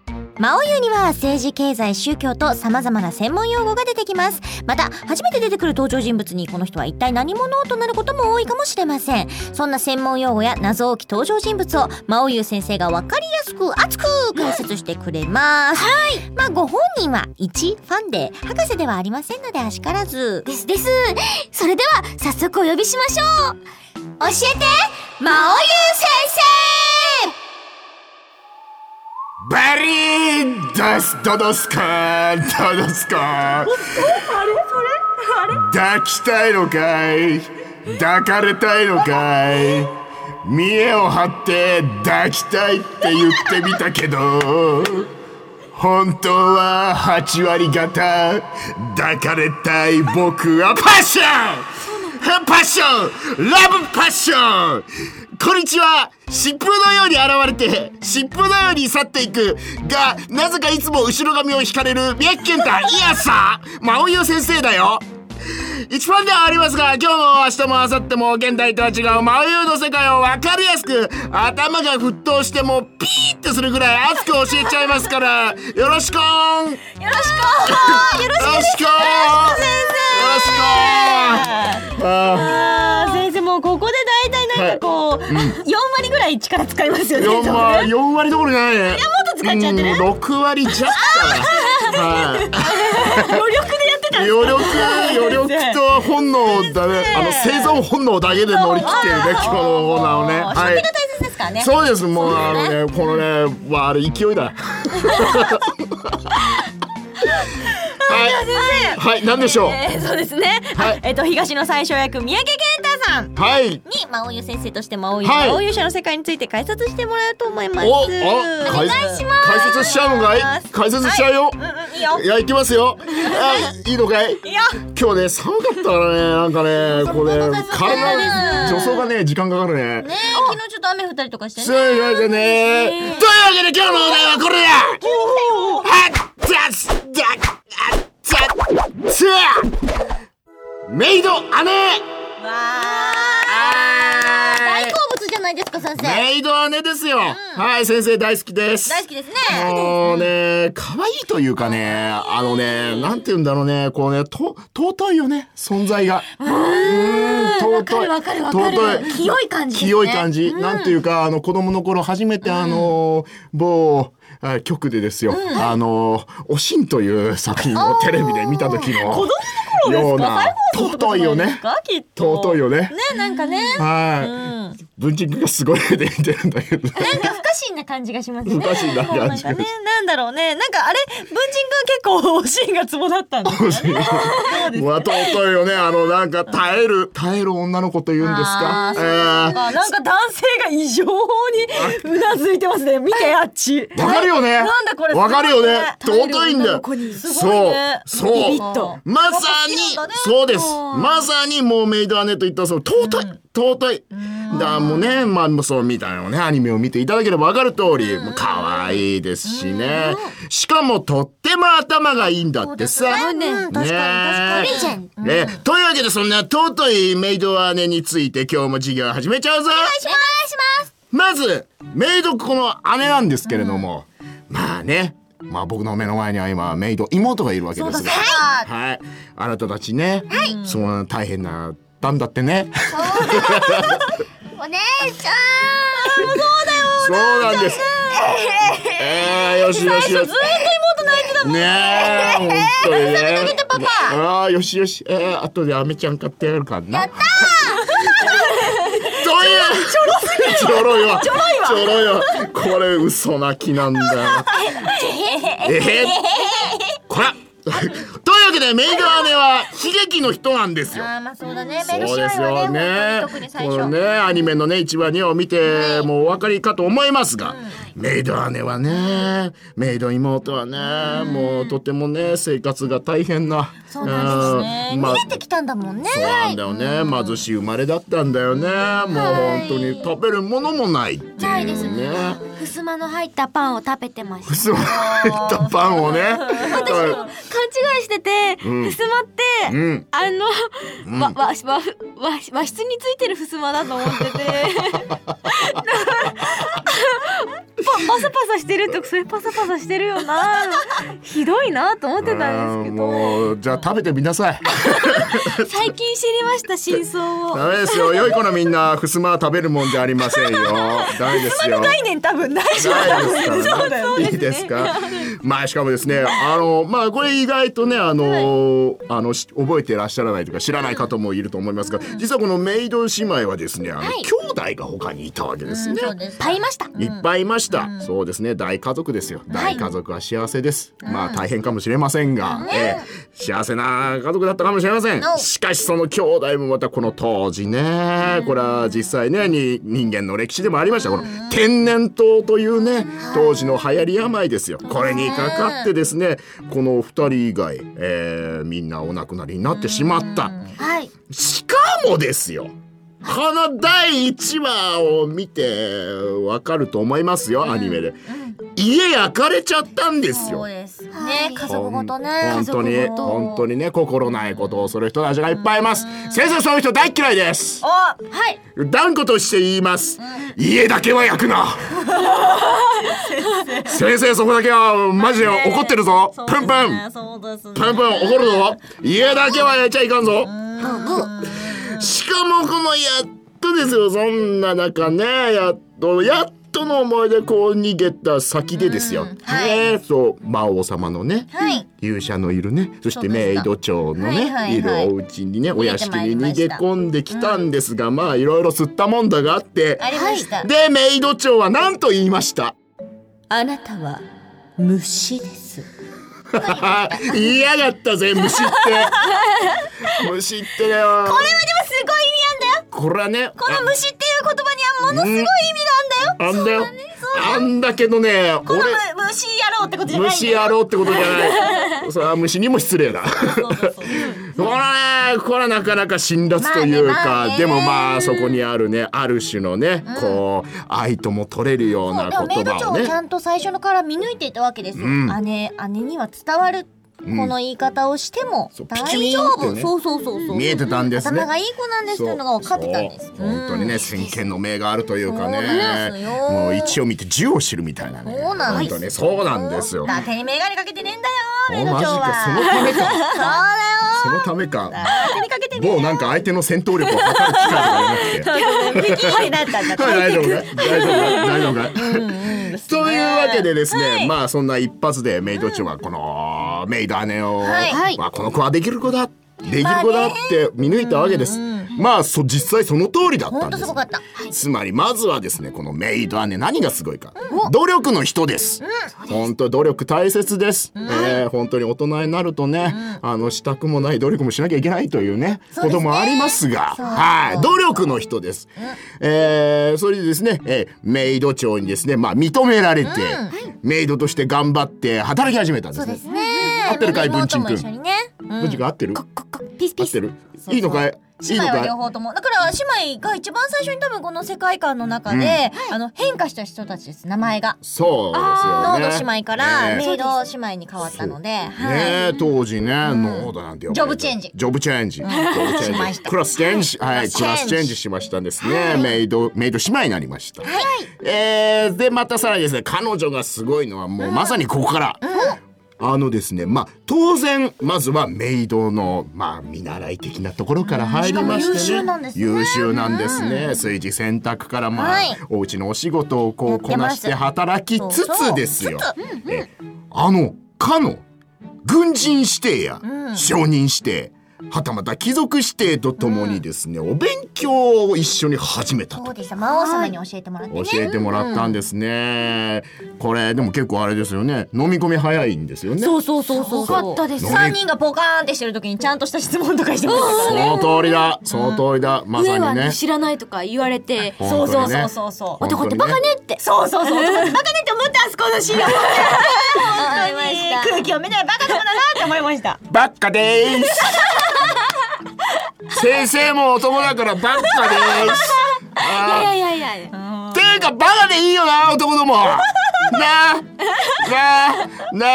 S1: 生魔王優には政治経済宗教と様々な専門用語が出てきますまた初めて出てくる登場人物にこの人は一体何者となることも多いかもしれませんそんな専門用語や謎多き登場人物を魔王優先生が分かりやすく熱く解説してくれますはいまあご本人は一ファンで博士ではありませんのであしからず
S2: ですですそれでは早速お呼びしましょう教えて魔王優先
S9: バリーダスドドスカードドスカーあれそれあれ抱きたいのかい抱かれたいのかい見栄を張って抱きたいって言ってみたけど本当は8割方抱かれたい僕はパッションパッションラブパッションこんにちは疾風のように現れて疾風のように去っていくがなぜかいつも後ろ髪を引かれる宮城健太いやさ真央優先生だよ一番ではありますが今日も明日も明後日も現代とは違う真冬の世界を分かりやすく頭が沸騰してもピーってするぐらい熱く教えちゃいますからよろしくーんよろしくよろしくよろしくーんよろしくーんあ
S1: あー先生もうここで大体なんかこう、4割ぐらい力使いますよね。
S9: 4割4割どころじゃないね
S1: と使っちゃってる
S9: うん6割弱だ なはい
S1: 余力でやってた。
S9: 余力余力と本能だねあの生存本能だけで乗り切ってるね今日のオーナーをねは
S1: 大
S9: い
S1: 切ですからね。
S9: そうで すもうあのねこのねわあれ勢いだはい、はい、なんでしょう。
S1: えー、そうですね。
S9: はい
S1: えっと東の最小役三宅健太さんに
S9: はい、
S1: 魔王優先生として魔王優、
S9: はい
S1: 魔王勇者の世界について解説してもらうと思います。
S9: お、あ、
S1: お願いします。
S9: 解説しちゃうのかい。解説しちゃうよ。
S1: うんうんいいよ。
S9: いや、行きますよ。はい、いいのかい。
S1: いいよ。
S9: 今日ね、寒かったからね、なんかね、これ、体、
S2: です
S9: 助走がね、時間かかる
S2: ね
S9: ね。
S2: え昨日ちょっと雨降ったりとかして
S9: そうですね。というわけで今日のお題はこれだはっつだあっつつメイド姉
S2: 大好物じゃないですか先生
S9: メイド姉ですよ、はい、先生大好きです。
S2: 大好きですね
S9: もうね、可愛いというかね、あのね、なんて言うんだろうね、こうね、と、尊いよね、存在が。うーん、尊い。
S2: わかるわかる
S9: 尊い。
S2: 清い感じですね
S9: 清い感じ。なんていうか、あの、子供の頃初めてあの、某、あ局でですよ、あの、おしんという作品をテレビで見た時の。子供のような、尊いよね。
S1: きっと。
S9: 尊いよね。
S2: ねなんかね
S9: はい。文鎮君がすごい目で見てるんだけど。
S2: なんか不可侵な感じがしますね
S9: 難しい
S1: な
S9: な
S1: ん
S9: 感じ
S1: か ね、なんだろうね。なんかあれ、文鎮くん結構おシーンがツボだったんですよね。
S9: うわ尊いよねあのなんか耐える耐える女の子と言うんですか
S2: あー
S9: え
S1: なんかなんか男性が異常にうなずいてますね。見てあっち。
S9: ーわかるよね
S1: なんだこれ
S9: わかるよね
S1: すごいね
S9: 尊いんだよ
S1: すごいね
S9: そうそう
S1: ビビッと。
S9: まさにそうですまさにもうメイド姉といったその尊い尊いだからもうねまあそうみたいなのねアニメを見ていただければわかる通りもう可愛いですしねしかもとっても頭がいいんだってさ
S2: うん確かに確かに
S9: ね
S2: いいじゃん
S9: ね、というわけでそんな尊いメイド姉について今日も授業始めちゃうぞ
S2: お願いします
S9: まずメイドこの姉なんですけれども、まあねまあ僕の目の前には今メイド妹がいるわけですがはい、あなたたちね、その大変なったんだってね
S2: お姉ちゃ
S9: そうなんですえー、よしよしよしずっと妹泣いてたもんねえ本当にね
S2: パパ
S9: ああよしよしえー、あとでアメちゃん買ってやるからなやったーどういうちょろすぎるちょろいわちょろいわちょろいわこれ嘘泣きなんだよえへ、こら というわけでメイド姉は悲劇の人なんですよ
S2: んあーまあそうだねメル
S9: そ
S2: シ
S9: うで
S2: ア
S9: すよ
S2: はね
S9: ね
S2: 本当に特に。最
S9: この
S2: 初
S9: ね、アニメのね、一話二話を見て、もうお分かりかと思いますが、メイド姉はね、メイド妹はね、もうとてもね、生活が大変な。そうなんですね。まあ
S2: 出てきたんだもんね
S9: そうなんだよね。貧しい生まれだったんだよね。もう本当に食べるものもないっていうね。
S2: ないですね襖の入ったパンを食べてました
S9: そう入ったパンをね。
S6: 勘違いしてて、
S9: ん
S6: ふすまって、
S9: うん。
S6: あの、わ、わ、わ、わ、和室についてるふすまだと思ってて。パ、パサパサしてると、それパサパサしてるよな。ひどいなと思ってたんですけど。
S9: もうじゃあ食べてみなさい。
S6: 最近知りました、真相を。
S9: ダメで すよ。良い子のみんな、ふすまは食べるもんじゃありませんよ。ダメですよ。
S1: 概念多分ないじゃん。
S9: ないです
S1: そうだ
S9: から
S1: よ
S9: ね。いいで すか。まあしかもですね、あのまあこれ意外とねあの、あのし覚えてらっしゃらないというか知らない方もいると思いますが、実はこのメイド姉妹はですね、あの、兄弟が他にいたわけですね。
S2: パイました
S9: いっぱいいました、そうですね大家族ですよ大家族は幸せです、まあ大変かもしれませんが、ええ幸せな家族だったかもしれません、しかしその兄弟もまたこの当時ね、これは実際ねに人間の歴史でもありましたこの天然痘というね当時の流行り病ですよこれにかかってですねこの二人以外、ええみんなお亡くなりになってしまった、
S2: はい
S9: しかもですよこの第1話を見てわかると思いますよ、アニメで、家焼かれちゃったんですよ
S2: ですね家族ごとね
S9: 本当に
S2: 家族ごと
S9: 本当にね心ないことをする人たちがいっぱいいます先生そういう人大嫌いです
S2: はい
S9: 断固として言います、家だけは焼くな先生そこだけはマジで怒ってるぞプンプン
S1: そうですね。
S9: プンプン怒るぞ家だけはやっちゃいかんぞしかもこのやっとですよそんな中ねやっとやっとの思いでこう逃げた先でですよ、ねそう魔王様のね、勇者のいるねそしてメイド長のね、いるお家にねお屋敷に逃げ込んできたんですがまあいろいろ吸ったもんだがあって
S2: ありました
S9: でメイド 長は何と言いました
S4: あなたは虫です
S9: 嫌だったぜ虫 って虫ってだ
S6: これは
S9: よ
S6: でもすごい意味あんだよ
S9: これはね
S6: この虫っていう言葉にはものすごい意味があんだよ、
S9: あんだよあんだけどね
S6: この
S9: 俺
S6: む虫野郎ってことじゃないんだ
S9: 虫
S6: よ
S9: 野郎ってことじゃ ない。それは虫にも失礼だ。これね、これなかなか辛辣というか、
S6: まあねまあね
S9: でもまあそこにあるね、ある種のね、こう愛とも取れるような
S1: でもメ
S9: 言
S1: イド
S9: 葉
S1: 長
S9: を
S1: はちゃ
S9: ね。
S1: んと最初のから見抜いていたわけですよ、姉姉には伝わるこの言い方をしても
S9: そうピキ
S1: 大
S9: ミン
S1: 丈
S9: ってね
S1: 夫、そうそうそうそう
S9: 見えてたんですね
S1: 頭がいい子なんですっていうのが分かってたんです
S9: そう本当にね、先見の明があるというか
S1: そうなんです
S9: ね、
S1: よ
S9: もう一を見て十を知るみたいなね。
S1: そうなん
S9: 本
S1: です
S9: 当にそうなんですよ。
S1: 手にメガネかけてねえんだ
S9: お
S1: よメイド
S9: マジ
S1: 長
S9: か、その
S1: は
S9: ためか。そのためか。某なんか相手の戦闘力を測る機会とかじゃ
S1: そうだよピキってなったんだ
S9: なくて。はい、大丈夫かい大丈夫かい大丈夫かいというわけでですね、まあそんな一発でメイド長はこのメイド姉を、
S1: はい
S9: まあ、この子はできる子だできる子だって見抜いたわけです。まあそ実際その通りだった
S1: ほ
S9: ん
S1: ん
S9: で
S1: と
S9: す
S1: すごかった
S9: つまりまずはですねこのメイド姉何がすごいか、努力の人です、本当努力大切です、えー本当に大人になるとね、あのしたくもない努力もしなきゃいけないというねこともありますがはい努力の人です、えーそれでですね、えーメイド長にですねまあ認められて、メイドとして頑張って働き始めたんですね
S1: ね
S9: 合ってるかい文
S1: 妹
S9: 鎮
S1: も
S9: 君
S1: 一緒にね
S9: 文鎮君合ってる
S2: ピースピ
S9: 合
S2: ー
S9: っ
S2: ス
S9: てるいいのかいい
S1: 姉
S9: いの
S1: 妹は
S9: かい
S1: 両方ともだから姉妹が一番最初に多分この世界観の中で、あの変化した人たちです名前が
S9: そ
S1: ノ
S9: うで
S1: ー
S9: す
S1: ド
S9: よね
S1: 姉妹から
S9: ね
S1: メイド姉妹に変わったので、はい
S9: ねえ当時ね、ノードなんて呼ばれて
S1: ジョブチェンジ
S9: ジョブチェンジ。ジョブチ
S1: し
S9: ェン
S1: ま
S9: ジ
S1: した
S9: クラスチェンジ。はい、ク
S1: ク
S9: ラ
S1: ラ
S9: ス
S1: ス
S9: チ
S1: チ
S9: ェ
S1: ェ
S9: ン
S1: ン
S9: ジしましたんですね。メイド、メイド姉妹になりました。えーで、またさらにですね、彼女がすごいのはもうまさにここから。あのですね、まあ当然まずはメイドのまあ見習い的なところから入りましてね、
S1: しかも優秀なんですね
S9: 優秀なんですね炊事洗濯からまあ、
S1: はい
S9: お家のお仕事をこうこなして働きつつですよ。えあのかの軍人指定や承認指定はたまた貴族指定とともにですね、お勉強を一緒に始めた
S1: そう
S9: と。
S1: でした魔王様に教えてもらってね
S9: 教えてもらったんですね、これでも結構あれですよね飲み込み早いんですよね
S1: そうそうそうそうそう
S2: かったです
S9: 飲み
S1: 3人がポカーンってしてる時にちゃんとした質問とかしてました
S9: そ
S1: からね
S9: の通りだ、その通りだ、まさ
S6: 上は
S9: にね
S6: ね。知らないとか言われて
S1: そ
S9: 本
S1: うそ
S9: 当
S1: う
S9: に
S1: そ
S9: ね
S1: うそうそう
S9: 本当
S6: 男っ
S9: に
S6: て
S9: ね
S6: バカねって
S1: そうそうそう男ってバカねって思ったんですこのシーン空気をめたらバカだもんだなって思いま した
S9: ばっかでーす。先生も男だからばっかでーす。
S6: い
S9: あ
S6: やいやいやいや
S9: ーていうかバカでいいよな男ども。なあ、なあ、なあ。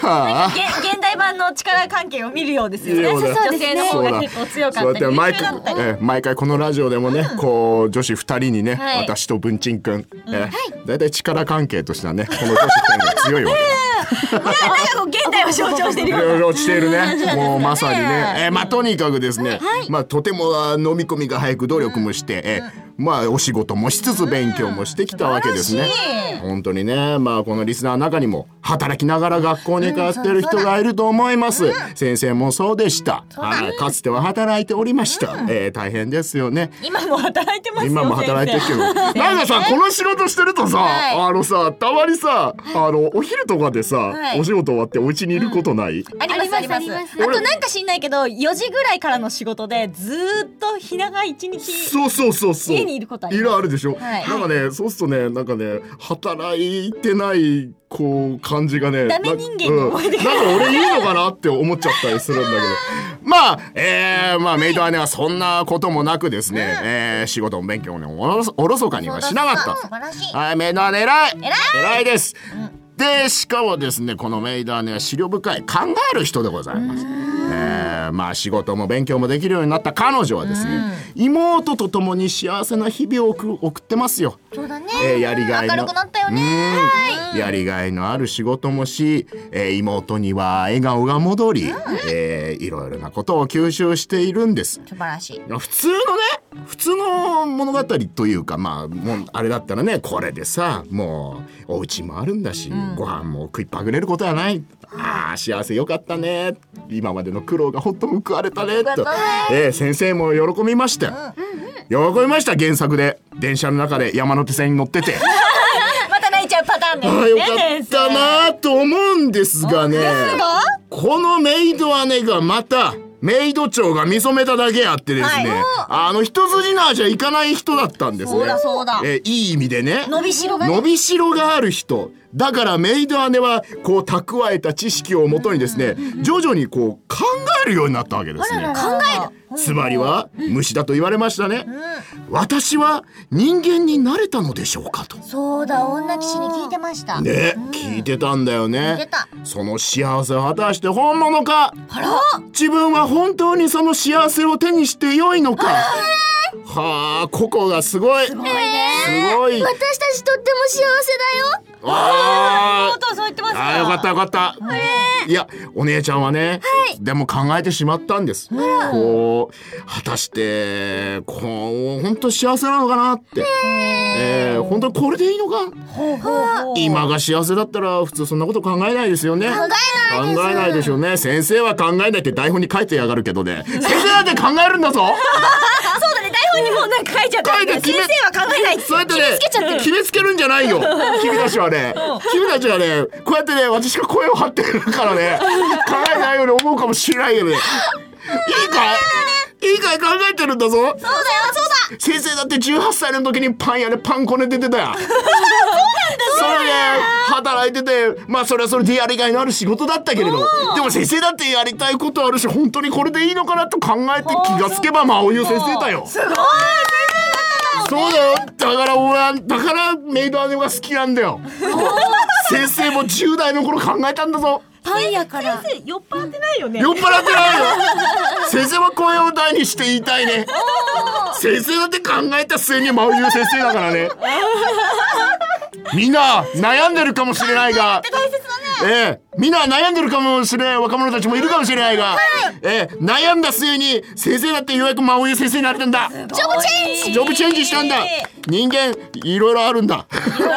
S9: はあ
S1: 現現代版の力関係を見るようですよね
S9: 見るようだ
S1: 女性の方が結構強か
S9: そう
S1: っ
S9: やったて
S1: り
S9: 毎
S1: 優秀だ
S9: 回
S1: ったり、
S9: え毎回このラジオでもね、こう女子二人にね、
S1: はい
S9: 私と文鎮君、えだいたい力関係としてはね、この女子二人が強いわけ。
S1: なんかこう現代を象徴してる
S9: い
S1: ような
S9: ろいろしているね。もうまさにね。えーまあとにかくですね。まあとてもあ飲み込みが早く努力もして、えーまあお仕事もしつつ勉強もしてきたわけですね
S1: 素晴らし。い
S9: 本当にね、まあこのリスナーの中にも働きながら学校に通ってる人がいると思います。先生もそうでした。はい、かつては働いておりました。えー大変ですよね。
S1: 今も働いてますよ
S9: 今も働いてる
S1: 先
S9: けど、なんかさ、この仕事してるとさ、
S1: はい
S9: あのさ、たまにさ、あのお昼とかでさ、
S1: はい
S9: お仕事終わってお家にいることない。
S1: 生ありますありますあとなんか知んないけど4時ぐらいからの仕事でずーっと日長一日
S9: そうそうそうそう。
S1: 家にいることあります
S9: 色あるでしょ。
S1: はい
S9: なんかね、そうするとね、なんかね、働いてないこう感じがね、
S1: ダメ人間に思えてくる
S9: なうんなんか俺いいのかなって思っちゃったりするん だけど。まあ、えー、まあメイド姉はそんなこともなくですね、えー仕事も勉強もねおろそおろそかにはしなかった。
S1: 素晴らしい
S9: はい、メイド姉偉い偉いです、で、しかもですね、このメイド姉は資料深い考える人でございます。えーまあ仕事も勉強もできるようになった彼女はですね、妹と共に幸せな日々を送送ってますよ。
S1: そうだね
S9: えーやりがいの
S1: 明るくなったよね
S9: うんやりがいのある仕事もし、えー妹には笑顔が戻り、えーいろいろなことを吸収しているんです。
S1: 素晴らしい
S9: 普通のね普通の物語というかまあもうあれだったらねこれでさもうお家もあるんだし、ご飯も食いっぱぐれることはないあー幸せよかったね今までの苦労がほっと報われたねと、えー先生も喜びましたよ、喜びました原作で電車の中で山手線に乗ってて。
S1: また泣いちゃうパターなんです
S9: あ
S1: ね
S9: あよかったなあと思うんですがねこのメイド姉がまたメイド長が見初めただけあってですね、
S1: はい
S9: あの一筋縄じゃいかない人だったんですね
S1: そうだそうだ
S9: えーいい意味でね
S1: 伸びしろがね
S9: 伸びしろがある人だからメイド姉はこう蓄えた知識をもとにですね徐々にこう考えるようになったわけですね
S1: 考える
S9: つまりは虫だと言われましたね、私は人間になれたのでしょうかと
S1: そうだ女騎士に聞いてました
S9: ね、聞いてたんだよね
S1: 聞いてた
S9: その幸せは果たして本物か自分は本当にその幸せを手にして良いのかはあここがすごいすごい,、
S6: 私たちとっても幸せだよ
S9: あー
S1: そう言ってまし
S9: あーよかったよかった、いやお姉ちゃんはね、でも考えてしまったんです、こう果たしてこう本当幸せなのかなって、えー本当にこれでいいのか今が幸せだったら普通そんなこと考えないですよね考えない考えないでしょうね先生は考えないって台本に書いてやがるけどね先生だって考えるんだぞ
S1: そうだね台本にもうなんか書いちゃった
S9: 書いて決
S1: 先
S9: め
S1: 生は考えない
S9: そうやってね決めつけるんじゃないよ君たちはね君たちはねこうやってね私が声を張ってるからね考えないように思うかもしれないよねいいかいいいかい考えてるんだぞ
S1: そうだよそうだ
S9: 先生だって18歳の時にパン屋でパンこねててたやそれで働いててまあそれはそれでやりがいのある仕事だったけれどでも先生だってやりたいことあるし本当にこれでいいのかなと考えて気がつけばまあおゆ先生だよすごいそうだよだから俺はだからメイド姉が好きなんだよ先生も10代の頃考えたんだぞ
S1: パン屋から先生酔っ払ってないよね
S9: 酔っ払ってないよ先生は声を大にして言いたいね先生だって考えた末に真央優先生だからねみんな悩んでるかもしれないがええ、みんな悩んでるかもしれない若者たちもいるかもしれないが、ええ、悩んだ末に先生だってようやく真央優先生になれたんだ
S1: ジョブチェンジ
S9: ジョブチェンジしたんだ人間いろいろあるんだ
S1: 勉強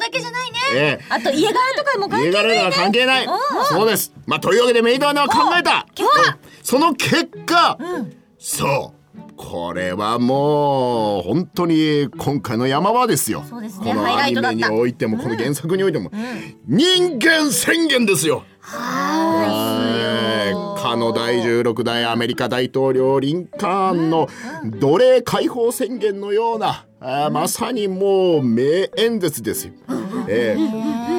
S1: だけじゃないね
S9: ええ
S1: あと家柄とかも関係
S9: 家
S1: ない
S9: 柄
S1: ね
S9: には関係ないそうですまあというわけでメイドアナは考えたその結果、そうこれはもう本当に今回の山場ですよ
S1: そうですね
S9: この
S1: ハイライ
S9: アニ
S1: トだ
S9: メ
S1: っ
S9: に
S1: た
S9: おいても、この原作においても、人間宣言ですよはいかの第16代アメリカ大統領リンカーンの奴隷解放宣言のような、あーまさにもう名演説ですよ。ええ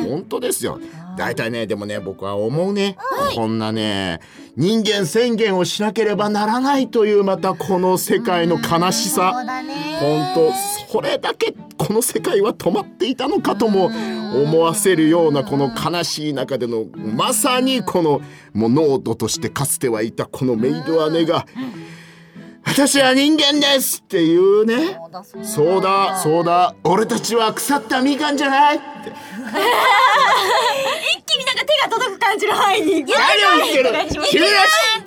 S9: 本当ですよ。大体ねでもね僕は思うね、こんなね人間宣言をしなければならないというまたこの世界の悲しさ。本当それだけこの世界は止まっていたのかとも思わせるようなこの悲しい中でのまさにこのもう濃度としてかつてはいたこのメイド姉が「私は人間です!」っていうねそうだそうだ俺たちは腐ったみかんじゃないって
S1: 君なんか手が届く感じの範囲にいや
S9: 何を言ってる君たち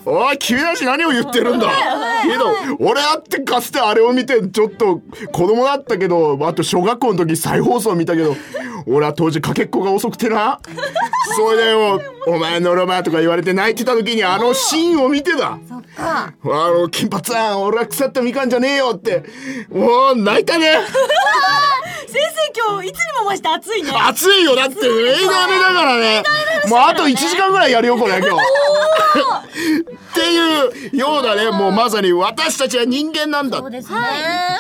S9: おい君たち何を言ってるんだけど俺だってかつてあれを見てちょっと子供だったけどあと小学校の時再放送見たけど俺は当時かけっこが遅くてなそれでよお前のロマとか言われて泣いてた時にあのシーンを見てだあの金髪さん俺は腐ったみかんじゃねえよってもう泣いたね
S1: 先生今日いつにも増して暑いね
S9: 暑いよだってメイド飴だからねもうあと1時間ぐらいやるよこれ今日っていうようなねもうまさに私たちは人間なんだ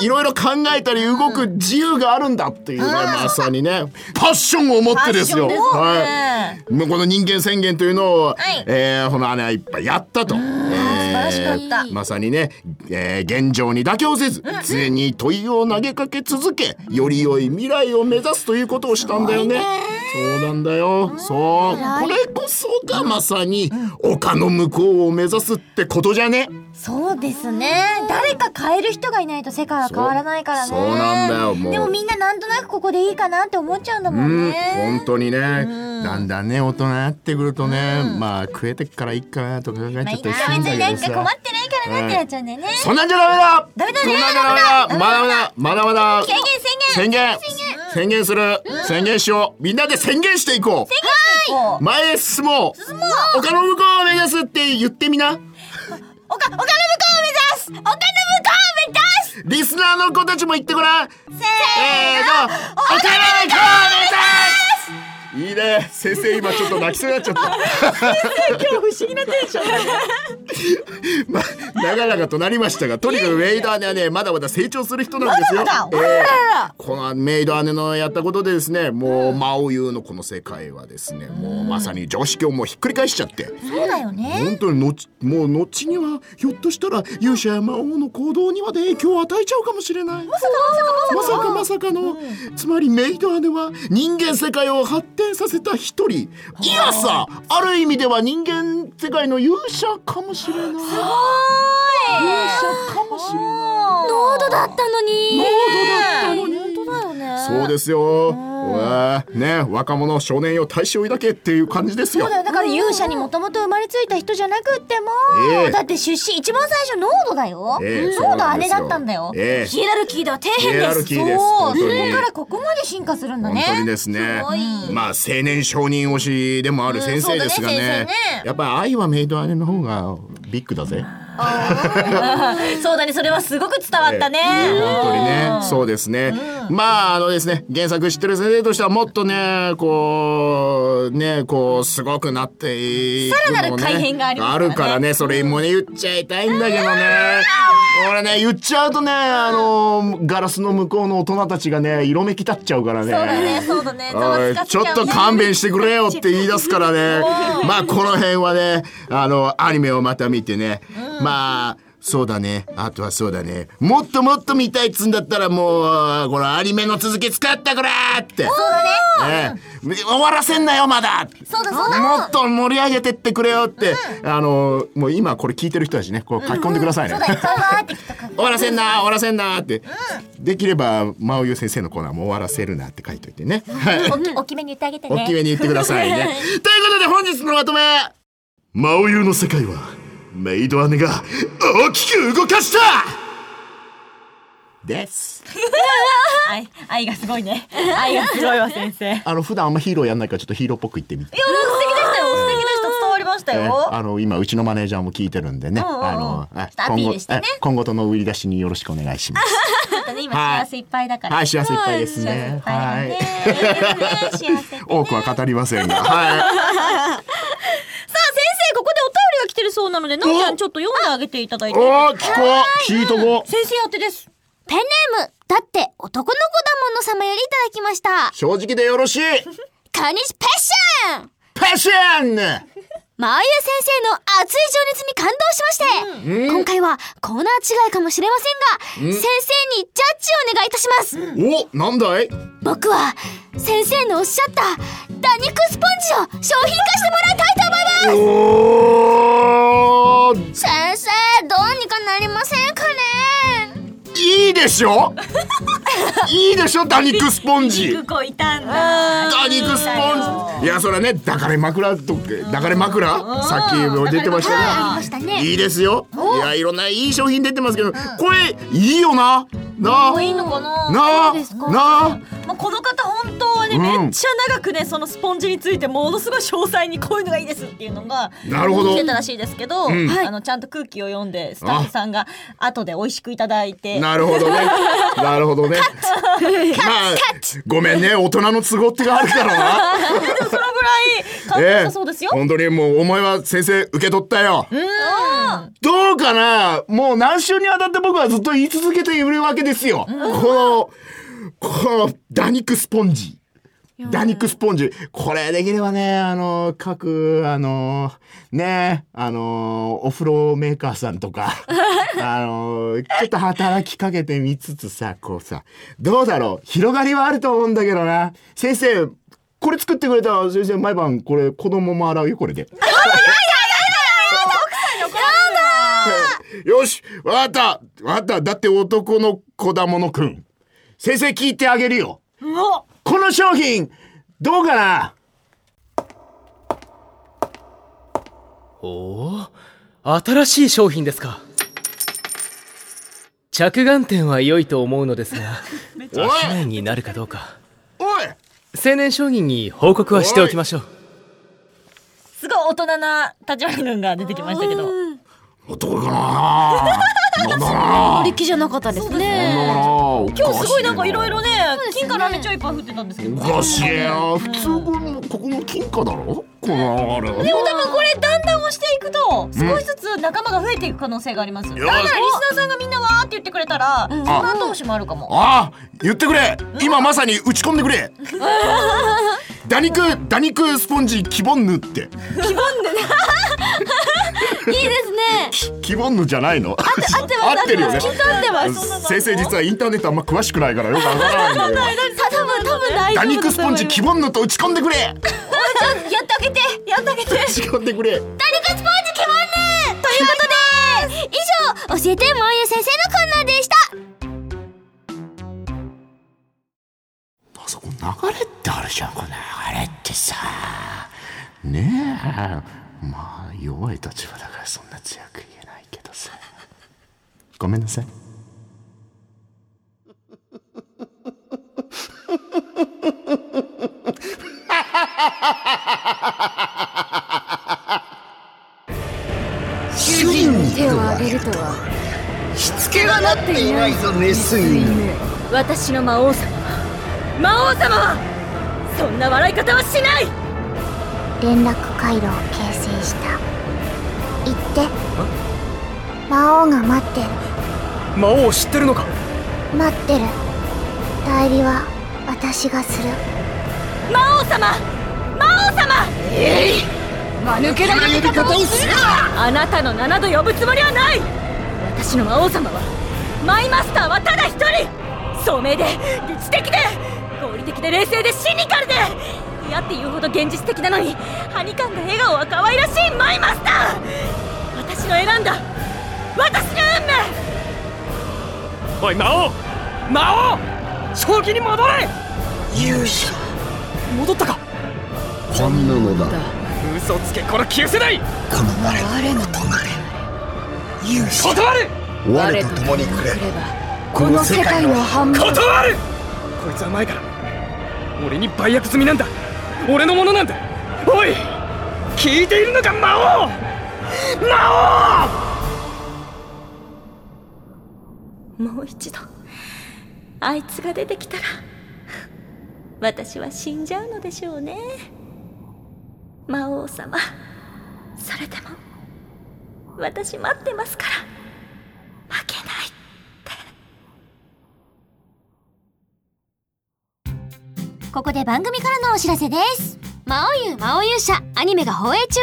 S9: いろいろ考えたり動く自由があるんだっていうねまさにねパッションを持ってですよ
S1: パッションですね
S9: はいもうこの人間宣言というのを、
S1: い
S9: えーこの姉はいっぱいやったと、えー
S1: 素晴らしかった
S9: まさにね、えー現状に妥協せず常に問いを投げかけ続けより良い未来を目指すということをしたんだよね。そうなんだよ。そう。これこそがまさに丘の向こうを目指すってことじゃね。
S1: そうですね誰か変える人がいないと世界は変わらないからね
S9: そうそうなんだよもう
S1: でもみんななんとなくここでいいかなって思っちゃうんだも
S9: うんん、
S1: ね
S9: 本当にね、だんだんね大人になってくるとね、まあ食えてっからいいかなとか考えちゃったりするんだけ
S1: な
S9: ど
S1: んか
S9: さ。
S1: 困ってないからなってなっちゃうんだよね
S9: そんなんじゃダメだ。
S1: ダメだね
S9: そんなんじゃダメだ。まだまだまだまだ。
S1: 宣言宣言
S9: 宣言宣言する、宣言しようみんなで宣言していこう
S1: は
S9: 前へ進もう丘の向こうを目指すって言ってみな
S1: おか、お金向こうを目指すお金向こうを目指す
S9: リスナーの子たちも言ってごらんせーの丘の向こうを目指すいいね先生今ちょっと泣きそうになっちゃった先生今日不思議なテンション ま長々となりましたがとにかくメイド姉はねまだまだ成長する人なんですよ
S1: まだまだ
S9: ええこのメイド姉のやったことでですねもう真央優のこの世界はですねもうまさに常識をもうひっくり返しちゃって
S1: そうだよね
S9: 本当にのちもう後にはひょっとしたら勇者や魔王の行動にまで影響を与えちゃうかもしれないまさかまさかまさかの、つまりメイド姉は人間世界を発展させた一人いやさある意味では人間世界の勇者かもしれない勇者かもしれない
S2: ノードだったのに
S9: そうですよわあね若者少年よ大志を抱けっていう感じですよ
S1: そうだよだから勇者にもともと生まれついた人じゃなくっても、
S9: ええ
S1: だって出身一番最初濃度だよ、
S9: ええそう
S1: 濃
S9: な
S1: 度
S9: んで
S1: 姉
S9: すよ
S1: だったんだよ、
S9: ええ
S1: ヒエラルキーでは底辺
S9: ヒエ
S1: で
S9: ラ
S1: す
S9: ルキーです
S1: そう
S9: 本当
S1: そ
S9: に
S1: こからここまで進化するんだね
S9: 本当にですね
S1: ごい
S9: まあ青年少人推しでもある先生ですがね,、
S1: うんそうだね先生ね
S9: やっぱり愛はメイド姉の方がビッグだぜ
S1: そうだねそれはすごく伝わったね、
S9: ええ本当にねそうですね、まああのですね原作知ってる先生としてはもっとねこうねこうすごくなっていくのもね
S1: さらなる改変がありますからね
S9: るからねそれもね言っちゃいたいんだけどね俺ね言っちゃうとねあのガラスの向こうの大人たちがね色めき立っちゃうからね
S1: そうだねそうだ ねざわ
S9: お
S1: つ
S9: い
S1: かせ
S9: ち
S1: ちゃ
S9: ょ
S1: うね
S9: っと勘弁してくれよって言い出すか らねまあこの辺はねあのアニメをまた見てね、まあそうだねあとはそうだねもっともっと見たいっつんだったらもうこのアニメの続き使ってくれってそうだね、ええ終わらせんなよまだ
S1: そうだそうだ
S9: もっと盛り上げてってくれよって、あのもう今これ聞いてる人たちねこう書き込んでください
S1: そ
S9: ね、
S1: うだよバーってきたか
S9: 終わらせんな終わらせんなって、できれば真央優先生のコーナーも終わらせるなって書いといてね、はい
S1: 大きめに言ってあげて
S9: お決めに言ってくださいね。ということで本日のまとめ真央優の世界はメイド姉が大きく動かしたです。
S1: 愛愛がすごいね愛がすごいわ先生いや
S9: あの普段あんまヒーローやんないからちょっとヒーローっぽく言ってみて。
S1: 素敵でしたよ素敵でした伝わりました
S9: え
S1: よ
S9: あの今うちのマネージャーも聞いてるんでね、
S1: うんうん
S9: あのあ
S1: アピールしてね
S9: え今後との売り出しによろしくお願いし ます。
S1: だってね今幸せいっぱいだから
S9: はい幸せいっぱいです
S1: 幸せい
S9: ね
S1: っ。ぱ
S9: はい
S1: だね
S9: い。
S1: 幸せいっぱいさ
S9: 多くは語りませんが、はい。
S1: あ先生ここでお便りが来てるそうなのでなおちゃんちょっと読んであげていただいて
S9: おー聞こう聞いとこう。
S1: 先生宛てです
S2: ペンネームだって男の子だもの様よりいただきました
S9: 正直でよろしい。
S2: カニシペッション
S9: パッショ
S2: 真央優
S9: ン。
S2: 先生の熱い情熱に感動しまして、今回はコーナー違いかもしれませんが、先生にジャッジをお願いいたします、
S9: おなんだい
S2: 僕は先生のおっしゃった打肉スポンジを商品化してもらいたいと思います
S9: おー
S2: 先生どうにかなりませんかね
S9: いいでしょいいでしょ打肉スポンジ
S1: こいたんだ
S9: 打肉スポンジいやそれはねだかれ枕とだかれ枕さっきも出てまし
S2: あり
S9: た
S2: ま
S9: ね
S2: したね
S9: いいですよいやいろんないい商品出てますけどこれいいよななあ
S1: いいのかな
S9: なあなあ
S1: まあ、この方本当はね、
S9: うん
S1: めっちゃ長くねそのスポンジについてものすごい詳細にこういうのがいいですっていうのが
S9: なるほど
S1: 来てたらしいですけど、
S9: ん
S1: あのちゃんと空気を読んでスタッフさんが後で美味しくいただいて
S9: なるほどね なるほどねまあごめんね大人の都合ってがあるからな
S1: でもそのぐらい感動したそうですよ、
S9: ええ本当にもうお前は先生受け取ったよ。どうかなもう何週にわたって僕はずっと言い続けているわけですよ。この、この打肉スポンジ。打肉スポンジ。これできればね、あの、各、あの、ね、あの、お風呂メーカーさんとか、あの、ちょっと働きかけてみつつさ、こうさ、どうだろう広がりはあると思うんだけどな。先生、これ作ってくれたら先生毎晩これ子供も洗うよこれで。よしわかったわかっただって男の子だものくん。先生聞いてあげるよ。この商品どうかな
S5: おお新しい商品ですか着眼点は良いと思うの ですが
S9: お
S5: 商
S9: い
S5: 品になるかどうか
S9: おい
S5: 青年商人に報告はしておきましょう
S1: すごい大人な立花君が出てきましたけど
S9: 男かななんだな
S1: ありきじゃなかったです
S9: なんだか
S1: ね
S9: な
S1: 今日すごいなんかいろい
S9: ろ
S1: ろね金からめちょいパ振ってたんですけど
S9: おかしいよ普通このここの金貨だろこのあれ
S1: でも多分これだんだん押していくと少しずつ仲間が増えていく可能性があります、だからリスナーさんがみんなわーって言ってくれたら、その後押しもあるかも、
S9: ああ言ってくれ今まさに打ち込んでくれ打肉打肉スポンジキボンヌっ
S2: い
S9: て
S2: いですね。
S9: キボンヌじゃないの 合って
S1: ます
S9: るよね
S1: きっと合ってます
S9: 先生実はインターネットあんま詳しくないからよくわからないんだよ
S1: 多分多分大丈夫
S9: 打肉スポンジキボンヌと打ち込んでくれ
S1: やってあげてやってあげて
S9: 打ち込んでくれ
S2: ということで、以上、教えて、まおゆ先生のコーナーでした。
S9: あそこ流れってあるじゃんこの流れってさねえまあ弱い立場だからそんな強く言えないけどさごめんなさい
S6: 主人に手を挙げるとはしつけがなっていないぞメス犬
S4: 私の魔王様は魔王様はそんな笑い方はしない
S10: 連絡回路を形成した行って魔王が待ってる
S8: 魔王を知ってるのか
S10: 待ってる代理は私がする
S4: 魔王様魔王様
S6: 間抜けな呼び方をするな
S4: あなたの七度呼ぶつもりはない私の魔王様はマイマスターはただ一人聡明で理知的で合理的で冷静でシニカルで嫌っていうほど現実的なのにはにかんだ笑顔は可愛らしいマイマスター私の選んだ私の運命
S8: おい魔王魔王正気に戻れ勇者戻ったか
S9: こんなのだ
S8: 嘘つけこの旧世代
S6: 我の友で勇者
S8: 断る
S6: 我と共にくれこの世界の半分
S8: 断るこいつは前から俺に売約済みなんだ俺のものなんだおい聞いているのか魔王魔王
S4: もう一度あいつが出てきたら私は死んじゃうのでしょうね魔王様それでも私待ってますから負けない
S2: ここで番組からのお知らせです魔王優魔王勇者アニメが放映中です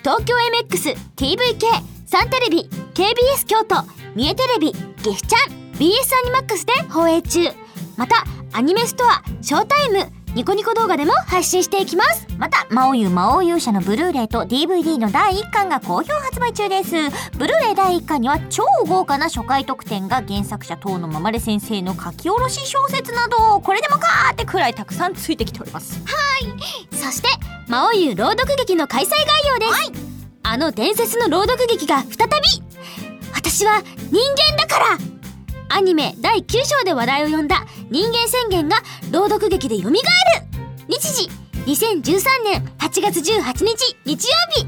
S2: 東京 MX、TVK、サンテレビ、KBS 京都、三重テレビ、ギフちゃん、BS アニマックスで放映中またアニメストア、ショータイム、ニコニコ動画でも配信していきますまた魔王優魔王勇者のブルーレイと DVD の第1巻が好評発売中ですブルーレイ第1巻には超豪華な初回特典が原作者遠野ままれ先生の書き下ろし小説などこれでもかーってくらいたくさんついてきておりますそして魔王優朗読劇の開催概要です、あの伝説の朗読劇が再び私は人間だからアニメ第9章で話題を呼んだ「人間宣言」が朗読劇で蘇る日時2013年8月18日日曜日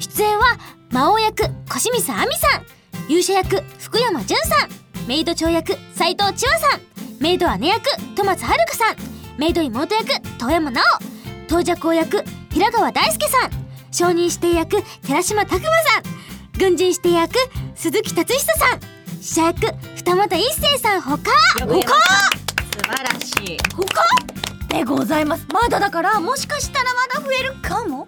S2: 出演は魔王役小清水亜美さん勇者役福山潤さんメイド長役斎藤千和さんメイド姉役戸松遥香さんメイド妹役遠山奈緒当者公役平川大輔さん証人指定役寺島拓磨さん軍人指定役鈴木達久さん試写役二俣一生さんほか
S1: 他素晴らしい他でございますまだだからもしかしたらまだ増えるかも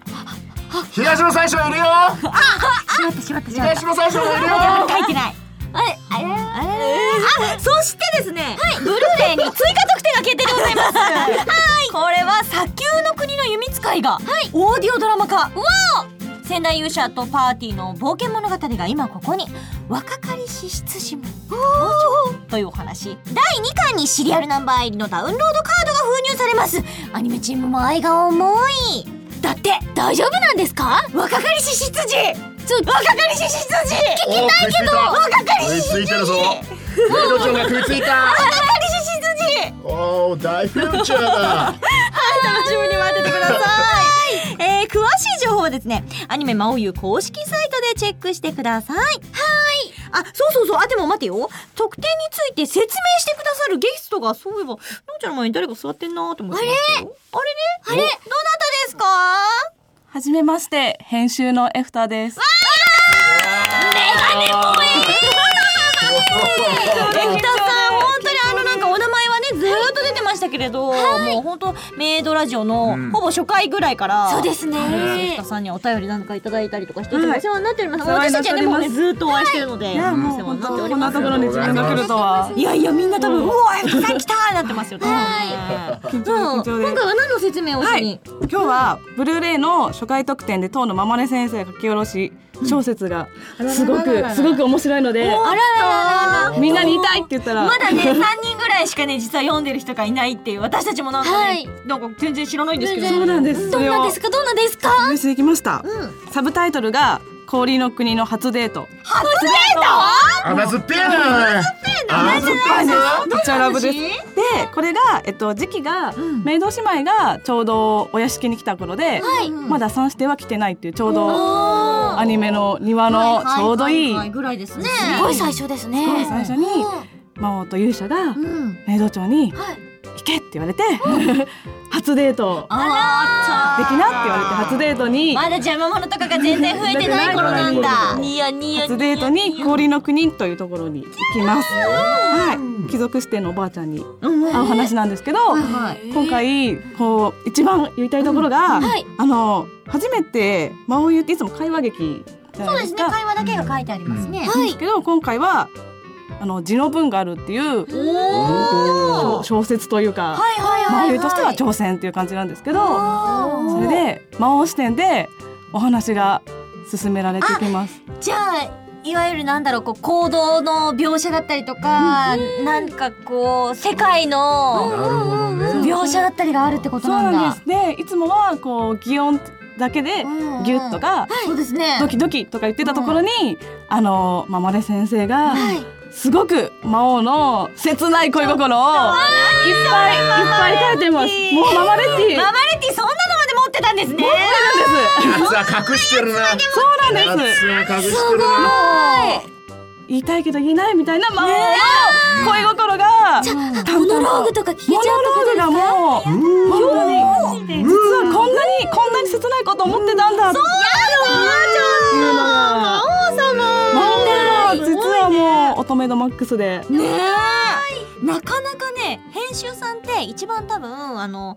S9: 東野最初いる
S1: し
S9: よ
S1: まったしまったしまった
S9: 東野最初いるよ
S1: 書いてないあれあれあそしてですね、ブルーレイに追加特典が決定でございますはいこれは砂丘の国の弓使いが、オーディオドラマ化わお仙台勇者とパーティーの冒険物語が今ここに若かりし執事も登場というお話第2巻にシリアルナンバー入りのダウンロードカードが封入されますアニメチームも愛が重いだって大丈夫なんですか若かりし執事若かりし執事
S9: 聞きたいけど
S1: 若かり
S9: 食い
S1: し
S9: つ
S1: 執
S9: いてるぞ
S1: 事
S9: メイド長が食いついたおお大フューチャーだ
S1: 楽しみに待っててください。えー詳しい情報はですね、アニメ魔王優公式サイトでチェックしてください。はい。あ、そうそうそう。あ、でも待てよ。特典について説明してくださるゲストが、そういえば、のんちゃんの前に誰か座ってんなと思ってましたよ。あれあれねあれどなたですか
S11: はじめまして、編集のエフタです。
S1: エキタさん、本当にあのなんかお名前はね、ずーっと出てましたけれど、もう本当メイドラジオのほぼ初回ぐらいから、そうですね。エキタさんにはお便りなんかいただいたりとかして、いつもお世話になっております。
S11: は
S1: 私
S11: い
S1: たちはね、
S11: お世
S1: もう
S11: 話
S1: ね、
S11: になっております
S1: ずーっとお会いしてるので、
S11: いや、も
S1: お
S11: う
S1: 世話
S11: 本
S1: にな
S11: 当
S1: っており
S11: こん
S1: ま
S11: な
S1: す。
S11: ところに自分が来るとは。
S1: いやいや、みんな多分、うわ、エキタさん来たーなってますよ。はい。
S11: 緊
S1: うん、
S11: 張
S1: 今
S11: 緊張で
S1: 回は何の説明をし
S11: は
S1: に
S11: い、、今日はブルーレイの初回特典で当のままね先生書き下ろし小説がすごくすごく面白いので
S1: あらららら
S11: みんなに言いたいって言ったら
S1: まだね3人ぐらいしかね実は読んでる人がいないっていう私たちもなんかね、
S2: はい
S1: なんか全然知らないんですけど
S11: そうなんです
S2: ど
S11: そうれ
S2: なん
S11: を
S2: ですかどうなんですか
S11: 入手できましたサブタイトルが氷の国の初デート
S9: 甘酸っぱいな甘酸っぱいな
S11: めっちゃラブですでこれがえっと時期がメイド姉妹がちょうどお屋敷に来た頃でまだ三しては来てないっていうちょうどアニメの庭のちょうどいい
S1: ぐらいですね
S10: すごい最初ですね
S11: 最初に魔王と勇者がメイド長に「行け!」って言われて 初デート
S1: あら
S11: できなって言われて初デートに
S1: まだ邪魔者とかが全然増えてない頃なん だニヤニヤ
S11: 初デートに氷の国というところに行きます。はい、貴族視点のおばあちゃんに
S1: うん
S11: 会う話なんですけど、
S1: はい
S11: 今回こう一番言いたいところが、
S2: はい
S11: あの初めて魔王言っていつも会話劇じゃないですか。
S1: 話だけが書いてありますね、
S11: ですけど今回はあの字の文があるっていう小小説というか、魔王優としては挑戦っていう感じなんですけど、それで魔王視点でお話が進められていきます。
S1: じゃあいわゆるなんだろうこう行動の描写だったりとか、なんかこう世界の
S9: なるほどね
S1: 描写だったりがあるってこと
S11: そう
S1: なんだ
S11: なんです。でいつもはこう擬音だけで
S1: うん
S11: ギュッとか
S1: そうですね
S11: ドキドキとか言ってたところに、あのママレ先生が
S10: い
S11: すごく魔王の切ない恋心をいっぱいいっぱい書いてます。もうママレティ
S1: ママレティそんなのまで持ってたんですね
S9: やつは隠してるなや
S11: そうなんです。
S9: つは隠してるな
S11: もう言いたいけど言えないみたいな魔王の恋心が
S2: モノローグとか聞けち
S11: モ
S2: ゃう
S11: ノローグがもう本当に実はこんなにこんなに切ないこと思ってたんだっていうのが魔王様実はもう乙女のマックスで
S1: ねえなかなかね編集さんって一番多分あの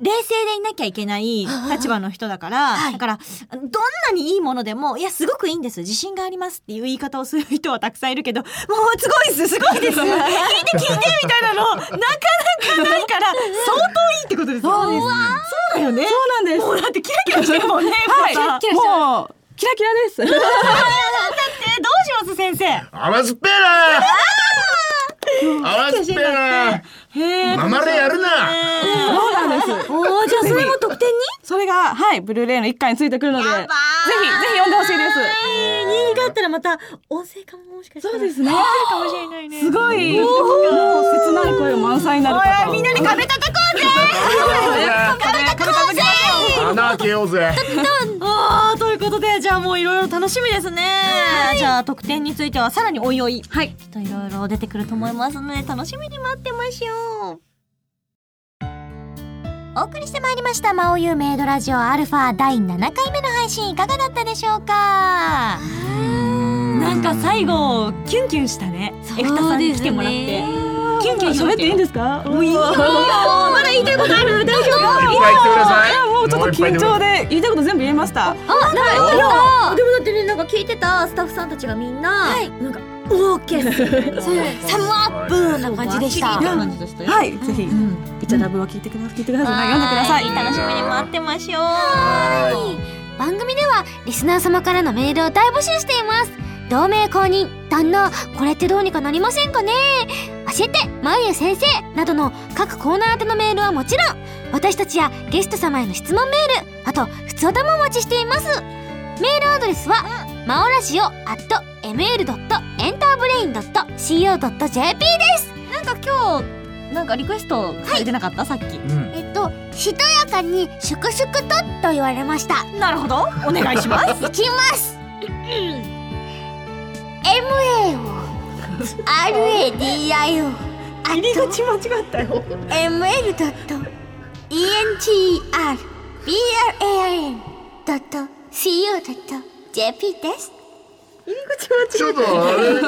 S1: 冷静でいなきゃいけない立場の人だから、だからどんなにいいものでもいやすごくいいんです自信がありますっていう言い方をする人はたくさんいるけどもうすごいですすごいです聞いて聞いてみたいなのなかなかないから相当いいってことですよそうですそうだよね
S11: そうなんです
S1: もうだってキラキラしてるもんね
S11: はい
S1: またえ
S11: もうキラキラです
S1: どうします先生
S9: 甘酸っぱいな甘酸っぱいなママレやるな
S11: そうなんです
S1: おーじゃあそれも得点に
S11: それがはいブルーレイの一巻についてくるのでぜひぜひ読んでほしいです
S1: 新潟ったらまた音声化ももしかしたら
S11: そうですね
S1: かもしれないね
S11: すごいもう切ない声満載になる方
S1: みんなで壁叩こうぜ
S9: 穴開けようぜ
S1: あーということでじゃあもういろいろ楽しみですね、じゃあ得点についてはさらにおいおいはいきっといろいろ出てくると思いますので楽しみに待ってましょう
S10: お送りしてまいりました「魔王ゆうメイドラジオアルファ第7回目の配信いかがだったでしょうか
S1: なんか最後キュンキュンしたねエクタさんに来てもらってキュンキュン
S11: 喋っていいん
S1: で
S11: ですか
S1: いいよまだ言いたいことある大丈
S9: いっ
S1: 夫
S9: ぱい言ってください
S11: いやもうちょっと緊張で言いたいこと全部言えました。
S1: でもだってねなんか聞いてたスタッフさんたちがみんな、なんかオーケー
S10: サムアップな感じでした
S1: バッチリな感じでしたよ
S11: はい、ぜひ、イチャラブは聞いてください。聞いてください。読んでください。
S1: 楽しみに待ってましょう
S10: 番組ではリスナー様からのメールを大募集しています同盟公認旦那これってどうにかなりませんかね教えてまゆゆ先生などの各コーナー宛てのメールはもちろん私たちやゲスト様への質問メールあと普通歌もお待ちしていますメールアドレスは、マオラジオ at ml.enterbrain.co.jp です
S1: なんか今日なんかリクエストされてなかった、さっき、
S2: えっとしとやかに「粛々と」と言われました
S1: なるほどお願いし ます
S2: いきます MA を RADI を入り口
S1: 間違ったよ
S2: ML ドット ENTR BRAN ドット CO ドット JP です
S9: ちょっとあれ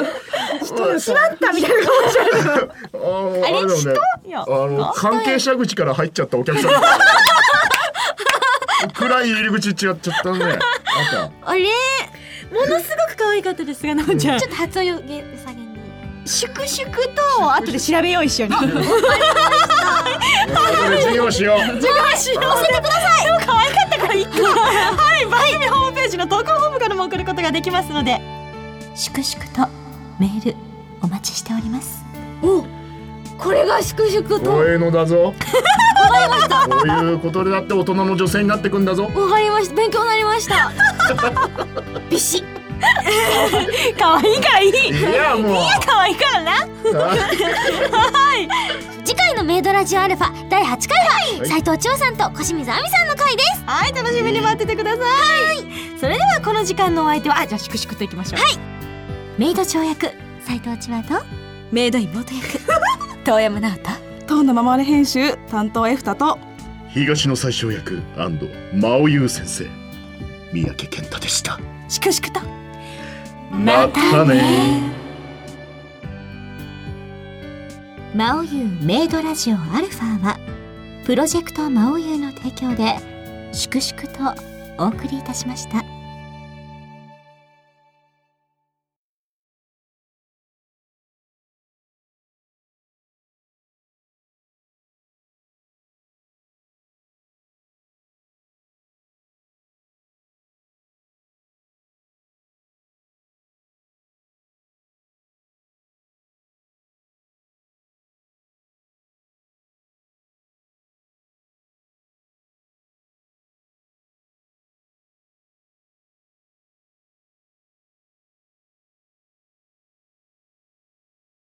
S1: 人知らんたみたいな顔してる
S9: あのあれだね
S1: いや
S9: あの関係者口から入っちゃったお客さん暗い入り口違っちゃったねあん
S1: あれものすごく可愛かったですがなおちゃん
S2: ちょっと発音をげ下げに
S1: 粛々とを後で調べよう一緒 に
S9: たそれ授業しよう
S1: 授業しよう教えてくださいでも可愛かったからいっかはい番組ホームページの投稿フォームからも送ることができますので
S6: 粛々とメールお待ちしております
S12: これが粛々と
S9: こういうのだぞこういうことでだって大人の女性になってくんだぞ
S12: わかりました勉強になりました
S1: ビシッ可愛いからいいい
S9: いやもう
S1: 可愛いからなはい
S2: 次回のメイドラジオアルファ第8回は
S9: はい
S2: 斉藤千代さんと小清水亜美さんの回です
S1: はい楽しみに待っててください、それではこの時間のお相手はあじゃあ粛々といきましょうはい
S6: メイド長役斉藤千和と
S1: メイド妹役 遠山直太
S11: 当のままれ編集担当エフタと
S9: 東の最小役真央優先生三宅健太でした
S1: 粛々と
S9: またね
S6: マオユーメイドラジオアルファはプロジェクトマオユーの提供で粛々とお送りいたしました。